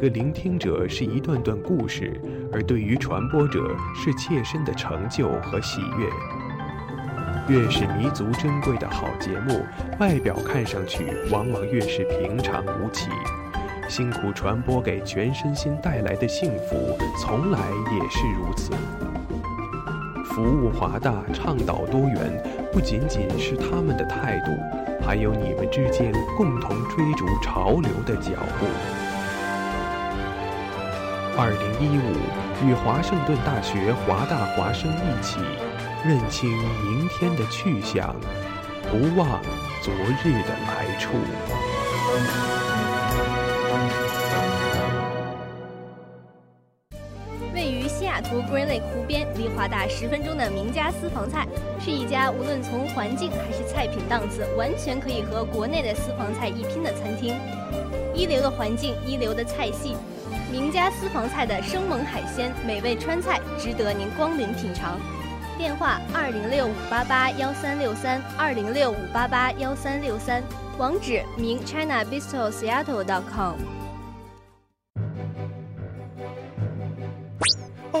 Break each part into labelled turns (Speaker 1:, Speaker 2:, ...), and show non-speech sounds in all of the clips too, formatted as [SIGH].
Speaker 1: 个聆听者是一段段故事，而对于传播者是切身的成就和喜悦。越是弥足珍贵的好节目，外表看上去往往越是平常无奇。辛苦传播给全身心带来的幸福，从来也是如此。服务华大，倡导多元，不仅仅是他们的态度，还有你们之间共同追逐潮流的脚步。二零一五，与华盛顿大学华大华生一起，认清明天的去向，不忘昨日的来处。
Speaker 2: 位于西雅图 Green Lake 湖边，离华大十分钟的名家私房菜，是一家无论从环境还是菜品档次，完全可以和国内的私房菜一拼的餐厅。一流的环境，一流的菜系，名家私房菜的生猛海鲜、美味川菜，值得您光临品尝。电话二零六五八八幺三六三，二零六五八八幺三六三，网址明 China Bistro Seattle dot com。
Speaker 3: 哦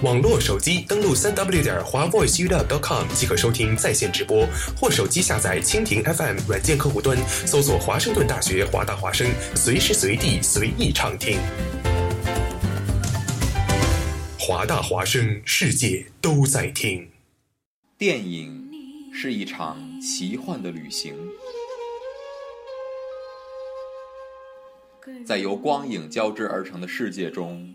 Speaker 3: 网络手机登录三 w 点华 voice u p .com 即可收听在线直播，或手机下载蜻蜓 FM 软件客户端，搜索华盛顿大学华大华声，随时随地随意畅听。华大华声，世界都在听。
Speaker 4: 电影是一场奇幻的旅行，在由光影交织而成的世界中。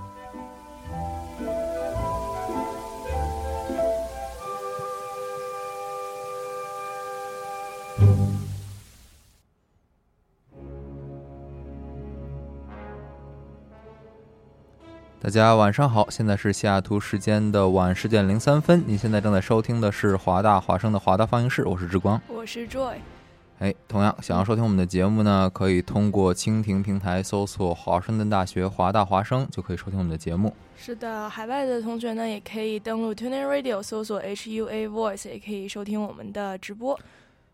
Speaker 5: 大家晚上好，现在是西雅图时间的晚十点零三分。您现在正在收听的是华大华生的华大放映室，我是志光，
Speaker 6: 我是 Joy。
Speaker 5: 哎，同样想要收听我们的节目呢，可以通过蜻蜓平台搜索华盛顿大学华大华生，就可以收听我们的节目。
Speaker 6: 是的，海外的同学呢，也可以登录 TuneIn Radio 搜索 HUA Voice，也可以收听我们的直播。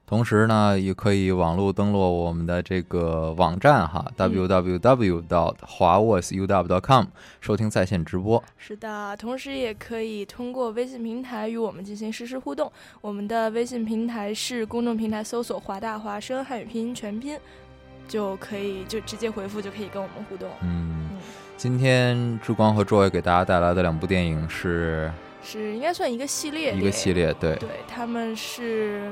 Speaker 5: 同时呢，也可以网络登录我们的这个网站哈、嗯、，www. 到华 voiceuw.com 收听在线直播。
Speaker 6: 是的，同时也可以通过微信平台与我们进行实时互动。我们的微信平台是公众平台，搜索“华大华生汉语拼音全拼”，就可以就直接回复，就可以跟我们互动。
Speaker 5: 嗯，嗯今天之光和 Joy 给大家带来的两部电影是
Speaker 6: 是应该算一个系列，
Speaker 5: 一个系列对
Speaker 6: 对，他们是。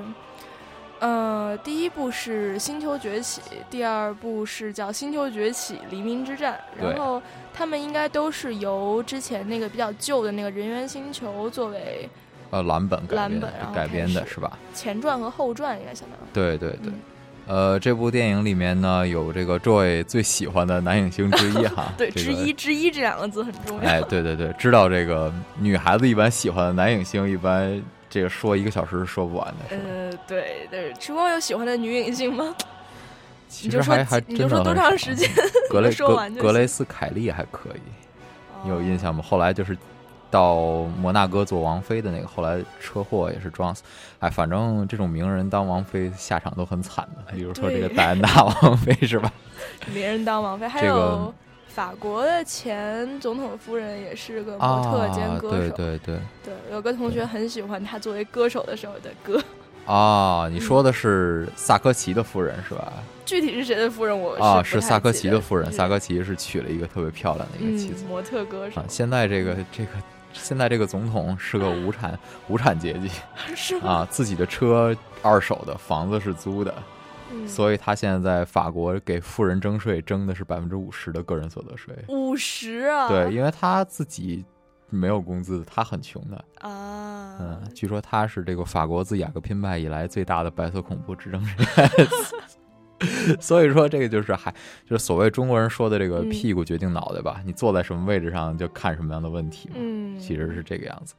Speaker 6: 呃，第一部是《星球崛起》，第二部是叫《星球崛起：黎明之战》。然后他们应该都是由之前那个比较旧的那个《人猿星球》作为
Speaker 5: 呃蓝本
Speaker 6: 蓝本
Speaker 5: 改编的是吧？
Speaker 6: 前传和后传应该相当于
Speaker 5: 对对对。嗯呃，这部电影里面呢，有这个 Joy 最喜欢的男影星之一哈，
Speaker 6: [LAUGHS] 对，
Speaker 5: 这
Speaker 6: 个、之一之一这两个字很重要。
Speaker 5: [LAUGHS] 哎，对对对，知道这个女孩子一般喜欢的男影星，一般这个说一个小时是说不完的。
Speaker 6: 呃，对，对，时光有喜欢的女影星吗？
Speaker 5: 其实还还
Speaker 6: 你就说多长时间？ [LAUGHS]
Speaker 5: 格雷
Speaker 6: 说完哦
Speaker 5: 格格雷斯凯利还可以，你有印象吗？后来就是到摩纳哥做王妃的那个，后来车祸也是撞死。哎，反正这种名人当王妃下场都很惨的，
Speaker 6: 哎
Speaker 5: 比如说这个戴安娜王妃是吧？
Speaker 6: 名哦人当王妃，还有法国的前总统夫人也是个模特兼歌手，
Speaker 5: 啊对对对
Speaker 6: 对，有个同学很喜欢她作为歌手的时候的歌。
Speaker 5: 啊，你
Speaker 6: 嗯
Speaker 5: 说的是萨科齐的夫人是吧？
Speaker 6: 具体是谁的夫人我
Speaker 5: 啊，
Speaker 6: 是
Speaker 5: 是
Speaker 6: 不太
Speaker 5: 萨科
Speaker 6: 记
Speaker 5: 齐
Speaker 6: 得
Speaker 5: 的夫人，
Speaker 6: 是
Speaker 5: 萨科齐是娶了一个特别漂亮的一个妻
Speaker 6: 嗯
Speaker 5: 子。
Speaker 6: 模特歌手
Speaker 5: 啊，现在这个这个现在这个总统是个无产无产阶级
Speaker 6: 是吗？
Speaker 5: 啊，自己的车二手的，房子是租的，
Speaker 6: 嗯
Speaker 5: 所以他现在在法国给富人征税，征的是百分之五十的个人所得税。
Speaker 6: 五十啊，
Speaker 5: 对，因为他自己没有工资，他很穷的。
Speaker 6: 啊，
Speaker 5: 嗯，据说他是这个法国自雅各宾派以来最大的白色恐怖执政者。 [LAUGHS] 所以说，这个就是还就是所谓中国人说的这个
Speaker 6: 嗯
Speaker 5: 屁股决定脑袋吧，你坐在什么位置上就看什么样的问题嘛。
Speaker 6: 嗯，
Speaker 5: 其实是这个样子。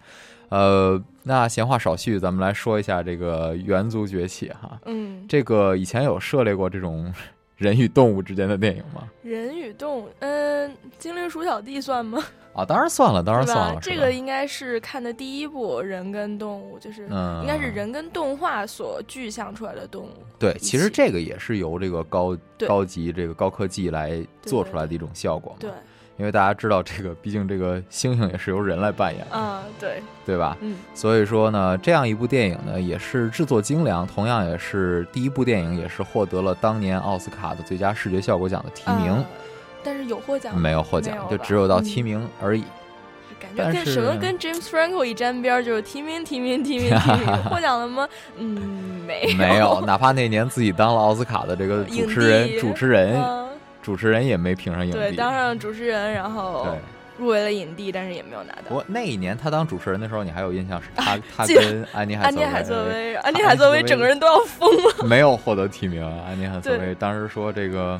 Speaker 5: 呃，那闲话少叙，咱们来说一下这个猿族崛起哈。
Speaker 6: 嗯，
Speaker 5: 这个以前有涉猎过这种 [LAUGHS] 人与动物之间的电影吗？
Speaker 6: 人与动物，嗯，精灵鼠小弟算吗？
Speaker 5: 啊，当然算了，当然
Speaker 6: 对
Speaker 5: 算
Speaker 6: 吧
Speaker 5: 了。？
Speaker 6: 这
Speaker 5: 是
Speaker 6: 个
Speaker 5: 吧
Speaker 6: 应该是看的第一部人跟动物，就是
Speaker 5: 嗯，
Speaker 6: 应该是人跟动画所具象出来的动物。
Speaker 5: 对，
Speaker 6: 一
Speaker 5: 其实
Speaker 6: 起
Speaker 5: 这个也是由这个高
Speaker 6: 对
Speaker 5: 高级这个高科技来做出来的一种效果嘛。
Speaker 6: 对，
Speaker 5: 因为大家知道这个，毕竟这个猩猩也是由人来扮
Speaker 6: [LAUGHS]
Speaker 5: 演的，
Speaker 6: 嗯，对，
Speaker 5: 对吧？
Speaker 6: 嗯
Speaker 5: 所以说呢，这样一部电影呢，也是制作精良，同样也是第一部电影，也是获得了当年奥斯卡的最佳视觉效果奖的提名，
Speaker 6: 呃但是有获奖吗
Speaker 5: 没有获
Speaker 6: 没有嗯
Speaker 5: 奖，
Speaker 6: 吧
Speaker 5: 就只有到提名而已。
Speaker 6: 感觉
Speaker 5: 但
Speaker 6: 跟
Speaker 5: 是
Speaker 6: 什么跟 James Franco 一沾边儿，就是提名提名提名
Speaker 5: [LAUGHS]
Speaker 6: 提名，获奖了吗？嗯，没
Speaker 5: 没有，哪怕那年自己当了奥斯卡的
Speaker 6: [LAUGHS]
Speaker 5: 这个主持
Speaker 6: 影帝
Speaker 5: 人，主持人，
Speaker 6: 嗯，
Speaker 5: 主持人也没评哎上影
Speaker 6: 对，
Speaker 5: 帝。
Speaker 6: 当上主持人，然后
Speaker 5: 对
Speaker 6: 入围了影帝，但是也没有拿
Speaker 5: 不
Speaker 6: 到。
Speaker 5: 过那一年他当主持人的时候，你还有印象是他他
Speaker 6: 记得
Speaker 5: 跟安妮海
Speaker 6: 啊安
Speaker 5: 瑟
Speaker 6: 妮
Speaker 5: 薇哎
Speaker 6: 海瑟薇，安妮
Speaker 5: 妮
Speaker 6: 海
Speaker 5: 海
Speaker 6: 瑟
Speaker 5: 瑟
Speaker 6: 薇
Speaker 5: 薇
Speaker 6: 整个人都要疯
Speaker 5: [LAUGHS]
Speaker 6: 了。
Speaker 5: 没有获得提名，啊安妮海瑟
Speaker 6: 对
Speaker 5: 薇当时说这个，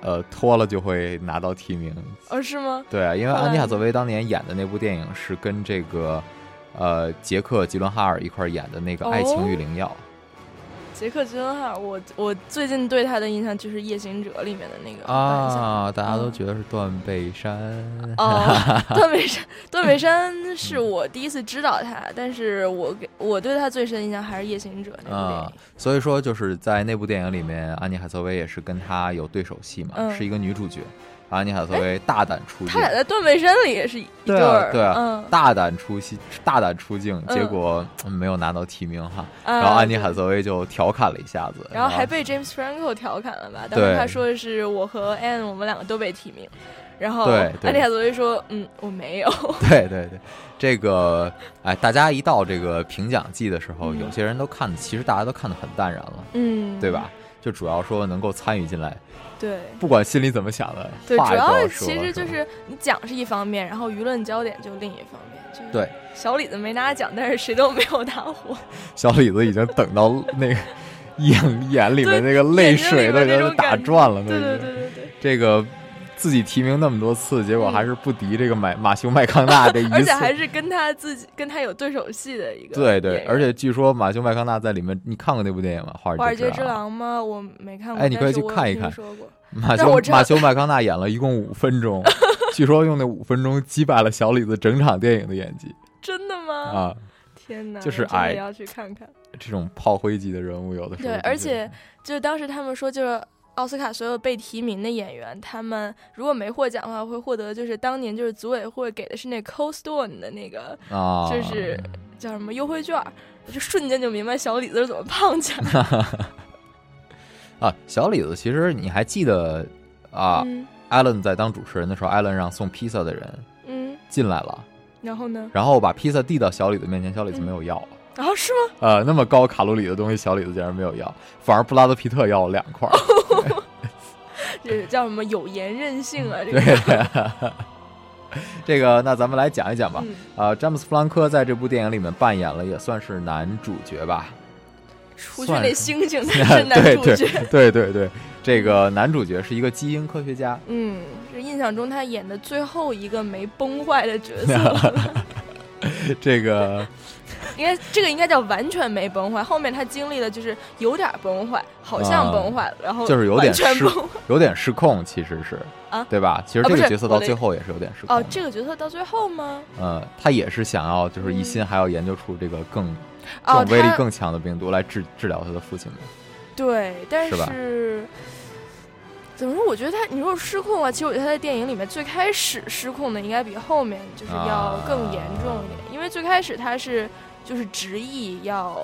Speaker 5: 呃，脱了就会拿到提名。
Speaker 6: 哦，是吗？
Speaker 5: 对啊，因为
Speaker 6: 后来
Speaker 5: 安妮海瑟薇当年演的那部电影是跟这个，呃，杰克·吉伦哈尔一块儿演的那个《爱情与灵药》
Speaker 6: 杰克·吉伦哈尔，我我最近对他的印象就是《夜行者》里面的那个扮相。
Speaker 5: 啊，大家都觉得是断背山。
Speaker 6: 嗯哦，段北山， [LAUGHS] 段北山是我第一次知道他，但是我给我对他最深的印象还是《夜行者》那部电
Speaker 5: 啊
Speaker 6: 影。、
Speaker 5: 所以说就是在那部电影里面，安妮海瑟薇也是跟他有对手戏嘛，
Speaker 6: 嗯
Speaker 5: 是一个女主角。安妮海瑟薇大胆出
Speaker 6: 他
Speaker 5: 镜，
Speaker 6: 俩在段北山里也是一一
Speaker 5: 对
Speaker 6: 儿，
Speaker 5: 啊对啊，
Speaker 6: 嗯，
Speaker 5: 大胆出戏，大胆出镜，
Speaker 6: 嗯
Speaker 5: 结果、嗯没有拿到提名哈。
Speaker 6: 然
Speaker 5: 然后安妮海瑟薇就调侃了一下子，
Speaker 6: 然后还被 James Franco 调侃了吧？当时
Speaker 5: 对
Speaker 6: 他说的是我和 Anne 我们两个都被提名，然后
Speaker 5: 对对
Speaker 6: 安妮海瑟薇说：“嗯，我没有。
Speaker 5: [LAUGHS] 对对对，这个哎，大家一到这个评奖季的时候，
Speaker 6: 嗯
Speaker 5: 有些人都看，其实大家都看得很淡然了”，
Speaker 6: 嗯，
Speaker 5: 对？吧？就主要说能够参与进来，
Speaker 6: 对
Speaker 5: 不管心里怎么想的，
Speaker 6: 对，
Speaker 5: 话
Speaker 6: 主
Speaker 5: 也不
Speaker 6: 要
Speaker 5: 要说
Speaker 6: 其实就是
Speaker 5: 吧
Speaker 6: 是你奖是一方面，然后舆论焦点就另一方面。就是
Speaker 5: 对，
Speaker 6: 小李子没拿奖，但是谁都没有拿火，
Speaker 5: 小李子已经等到那个眼眼里面那个
Speaker 6: 眼
Speaker 5: 泪
Speaker 6: 睛里
Speaker 5: 水都
Speaker 6: 面
Speaker 5: 已
Speaker 6: 那
Speaker 5: 经
Speaker 6: 种
Speaker 5: 打
Speaker 6: 感觉
Speaker 5: 转了，都
Speaker 6: 对
Speaker 5: 已
Speaker 6: 对
Speaker 5: 经
Speaker 6: 对对对，
Speaker 5: 这个自己提名那么多次，结果
Speaker 6: 嗯
Speaker 5: 还是不敌这个马马修麦 [LAUGHS] 康纳这一次，
Speaker 6: 而且还是跟他自己跟他有对手戏的一个
Speaker 5: 对对
Speaker 6: 演，员
Speaker 5: 而且据说马修麦康纳在里面，你看过那部电影吗？《华
Speaker 6: 《华尔
Speaker 5: 尔
Speaker 6: 街
Speaker 5: 街
Speaker 6: 之
Speaker 5: 之》
Speaker 6: 狼》吗？我没看过，
Speaker 5: 哎你
Speaker 6: 但
Speaker 5: 可以
Speaker 6: 是
Speaker 5: 去
Speaker 6: 我有
Speaker 5: 看一
Speaker 6: 听
Speaker 5: 看
Speaker 6: 说过
Speaker 5: 马
Speaker 6: 但我
Speaker 5: 修
Speaker 6: 知道
Speaker 5: 马修麦康纳演了一共五分钟，据说用那五分钟击败了小李子整场电影的演技
Speaker 6: 真的吗？
Speaker 5: 啊！
Speaker 6: 天哪，
Speaker 5: 就是
Speaker 6: 我真的
Speaker 5: 矮
Speaker 6: 要去看看。
Speaker 5: 这种炮灰级的人物，有的时候
Speaker 6: 对，
Speaker 5: 就
Speaker 6: 而
Speaker 5: 是
Speaker 6: 且就是当时他们说，就是奥斯卡所有被提名的演员，他们如果没获奖的话，会获得就是当年就是组委会给的是那 Cold Stone 的那个
Speaker 5: 啊，
Speaker 6: 就是叫什么优惠券儿，我就瞬间就明白小李子是怎么胖起来的。
Speaker 5: 啊，小李子其实你还记得啊，
Speaker 6: 嗯
Speaker 5: 艾伦在当主持人的时候，艾伦让送披萨的人
Speaker 6: 嗯，
Speaker 5: 进来了，
Speaker 6: 然后呢？
Speaker 5: 然后把披萨递到小李子面前，小李子
Speaker 6: 嗯
Speaker 5: 没有要。
Speaker 6: 然后是吗？
Speaker 5: 呃，那么高卡路里的东西，小李子竟然没有要，反而布拉德皮特要了两块儿。
Speaker 6: 哦就是叫什么有颜任性啊？这个
Speaker 5: [LAUGHS] 对，这个那咱们来讲一讲吧。
Speaker 6: 嗯
Speaker 5: 啊，詹姆斯·弗兰科在这部电影里面扮演了也算是男主角吧。
Speaker 6: 除去
Speaker 5: 算
Speaker 6: 那
Speaker 5: 是
Speaker 6: 星
Speaker 5: [LAUGHS]
Speaker 6: 星，他 [LAUGHS] 是男
Speaker 5: 对
Speaker 6: 主
Speaker 5: 对
Speaker 6: 角。
Speaker 5: 对对对，这个男主角是一个基因科学家。
Speaker 6: 嗯，是印象中他演的最后一个没崩坏的角
Speaker 5: [LAUGHS]
Speaker 6: 色，嗯
Speaker 5: 这个
Speaker 6: 应该这个应该叫完全没崩坏。后面他经历了就是有点崩坏，好像崩坏了，然后
Speaker 5: 啊就是有点
Speaker 6: 哦完全
Speaker 5: 失
Speaker 6: 崩坏。
Speaker 5: [LAUGHS] 有点失控，其实是
Speaker 6: 啊
Speaker 5: 对吧？其实
Speaker 6: 啊
Speaker 5: 这
Speaker 6: 不
Speaker 5: 个
Speaker 6: 是
Speaker 5: 角色
Speaker 6: 我
Speaker 5: 到
Speaker 6: 的
Speaker 5: 最后也是有点失控
Speaker 6: 哦
Speaker 5: 的。，
Speaker 6: 这个角色到最后吗？
Speaker 5: 呃，他也是想要就是一心
Speaker 6: 嗯
Speaker 5: 还要研究出这个更
Speaker 6: 哦，
Speaker 5: 更威力
Speaker 6: 他
Speaker 5: 更强的病毒来治治疗他的父亲嘛。
Speaker 6: 对，但
Speaker 5: 是吧
Speaker 6: 是。怎么说？我觉得他，你说失控啊，其实我觉得他在电影里面最开始失控的，应该比后面
Speaker 5: 啊
Speaker 6: 就是要更严重一点，因为最开始他是就是执意要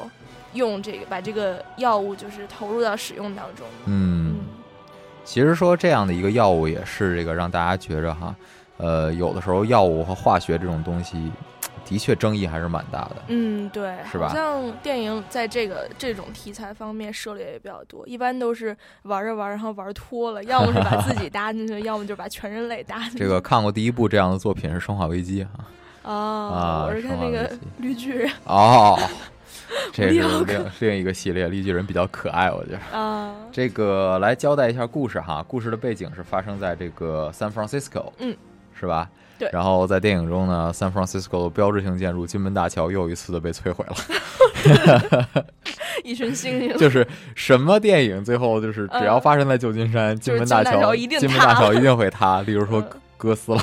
Speaker 6: 用这个把这个药物就是投入到使用当中的。
Speaker 5: 嗯，其实说这样的一个药物也是这个让大家觉着哈，呃，有的时候药物和化学这种东西，的确争议还是蛮大的。
Speaker 6: 嗯，对，
Speaker 5: 是吧
Speaker 6: 好像电影在这个这种题材方面涉猎也比较多，一般都是玩着玩着，然后玩脱了，要么是把自己搭进去，要么就把全人类搭进去。
Speaker 5: 这个看过第一部这样的作品是《生化危机》
Speaker 6: [LAUGHS]
Speaker 5: 哈。
Speaker 6: 哦，
Speaker 5: 啊
Speaker 6: 我是看
Speaker 5: 生化
Speaker 6: 那
Speaker 5: 危
Speaker 6: 个
Speaker 5: 机
Speaker 6: 绿巨
Speaker 5: [LAUGHS]
Speaker 6: 人
Speaker 5: 哦，这是
Speaker 6: 无聊
Speaker 5: 另另一个系列，绿巨人比较可爱，我觉得。
Speaker 6: 啊，
Speaker 5: 这个来交代一下故事哈，故事的背景是发生在这个 San Francisco，
Speaker 6: 嗯，
Speaker 5: 是吧？
Speaker 6: 对
Speaker 5: 然后在电影中呢，San Francisco 的标志性建筑金门大桥又一次的被摧毁了，
Speaker 6: 一群猩 [LAUGHS] 猩。
Speaker 5: 就是什么电影最后就是只要发生在旧金山，金门大
Speaker 6: 嗯金门大
Speaker 5: 桥
Speaker 6: 桥一定
Speaker 5: 金门
Speaker 6: 塌
Speaker 5: 大桥一定会塌，例如说
Speaker 6: 嗯
Speaker 5: 哥斯
Speaker 6: [LAUGHS]
Speaker 5: 拉，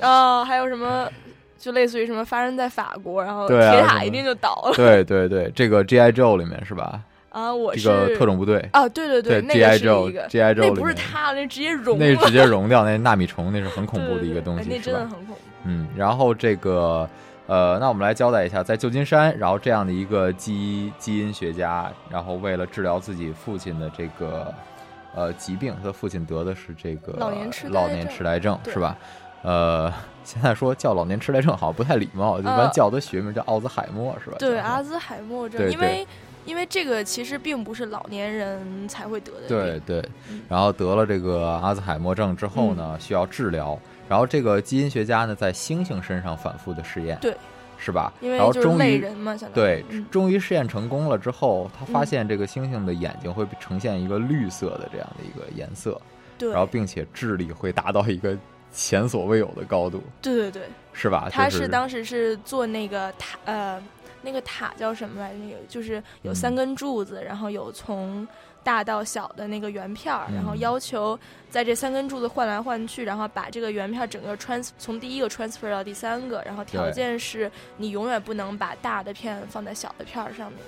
Speaker 6: 啊，还有什么，就类似于什么发生在法国，然后
Speaker 5: 对啊
Speaker 6: 铁
Speaker 5: 什
Speaker 6: 塔
Speaker 5: 么
Speaker 6: 一定就倒了
Speaker 5: 对对对，这个 G.I. Joe 里面是吧？
Speaker 6: 啊！我
Speaker 5: 这
Speaker 6: 是
Speaker 5: 个特种部队，
Speaker 6: 啊，对对
Speaker 5: 对
Speaker 6: 那个
Speaker 5: G.I.
Speaker 6: 是一个
Speaker 5: Joe，G.I. Joe
Speaker 6: 那
Speaker 5: 里
Speaker 6: 不是
Speaker 5: 面。
Speaker 6: 它，那直接融
Speaker 5: 那
Speaker 6: 了，
Speaker 5: 直接融掉，那纳米虫，那是很恐怖的
Speaker 6: 对
Speaker 5: 一个
Speaker 6: 对对
Speaker 5: 东
Speaker 6: 哎
Speaker 5: 西，
Speaker 6: 那
Speaker 5: 是
Speaker 6: 真的
Speaker 5: 吧？
Speaker 6: 很恐怖。
Speaker 5: 嗯，然后这个呃，那我们来交代一下，在旧金山，然后这样的一个基基因学家，然后为了治疗自己父亲的这个呃疾病，他的父亲得的是这个
Speaker 6: 老年痴呆
Speaker 5: 老年
Speaker 6: 症
Speaker 5: 痴呆症，
Speaker 6: 对
Speaker 5: 是吧？呃，现在说叫老年痴呆症好像不太礼貌，一般
Speaker 6: 呃
Speaker 5: 叫他学名叫奥兹海默，是吧？
Speaker 6: 对
Speaker 5: 叫
Speaker 6: 阿兹海默症，
Speaker 5: 对
Speaker 6: 因为因为这个其实并不是老年人才会得的
Speaker 5: 对
Speaker 6: 病，
Speaker 5: 对
Speaker 6: 嗯，
Speaker 5: 然后得了这个阿兹海默症之后呢，需要治疗。然后这个基因学家呢，在猩猩身上反复的试验，
Speaker 6: 对，
Speaker 5: 是吧？
Speaker 6: 因为
Speaker 5: 然后
Speaker 6: 就是
Speaker 5: 终
Speaker 6: 类
Speaker 5: 于
Speaker 6: 人嘛，相当于
Speaker 5: 对
Speaker 6: 嗯，
Speaker 5: 终于试验成功了之后，他发
Speaker 6: 嗯
Speaker 5: 现这个猩猩的眼睛会呈现一个绿色的这样的一个颜色，
Speaker 6: 对，
Speaker 5: 然后并且智力会达到一个前所未有的高度，
Speaker 6: 对对对，
Speaker 5: 是吧？
Speaker 6: 他
Speaker 5: 就是
Speaker 6: 当时是做那个塔呃。那个塔叫什么来着？那个就是有三
Speaker 5: 嗯
Speaker 6: 根柱子，然后有从大到小的那个圆片儿，然后
Speaker 5: 嗯
Speaker 6: 要求在这三根柱子换来换去，然后把这个圆片儿整个 trans 从第一个 transfer 到第三个，然后条
Speaker 5: 对
Speaker 6: 件是你永远不能把大的片放在小的片儿上面。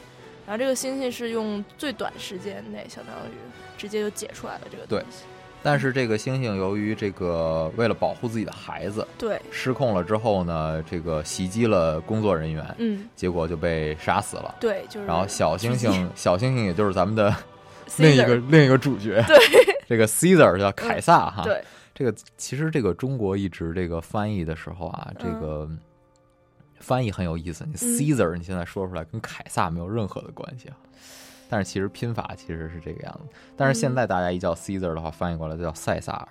Speaker 6: 然后这个星星是用最短时间内，相当于直接就解出来了这个东
Speaker 5: 对
Speaker 6: 西。
Speaker 5: 但是这个猩猩由于这个为了保护自己的孩子
Speaker 6: 对，
Speaker 5: 失控了之后呢，这个袭击了工作人员，
Speaker 6: 嗯，
Speaker 5: 结果就被杀死了。
Speaker 6: 对，就是
Speaker 5: 然后小猩
Speaker 6: 狙击 [LAUGHS]
Speaker 5: 猩，小猩猩也就是咱们的
Speaker 6: Caesar，
Speaker 5: 另一个另一个主角，对，这个 Caesar 叫凯撒哈。
Speaker 6: 对，
Speaker 5: 这个其实这个中国一直这个翻译的时候啊，这
Speaker 6: 嗯
Speaker 5: 个翻译很有意思。你 Caesar 你现在说出来跟凯撒没有任何的关系啊，但是其实拼法其实是这个样子。但是现
Speaker 6: 嗯
Speaker 5: 在大家一叫 Caesar 的话，翻译过来就叫塞萨尔，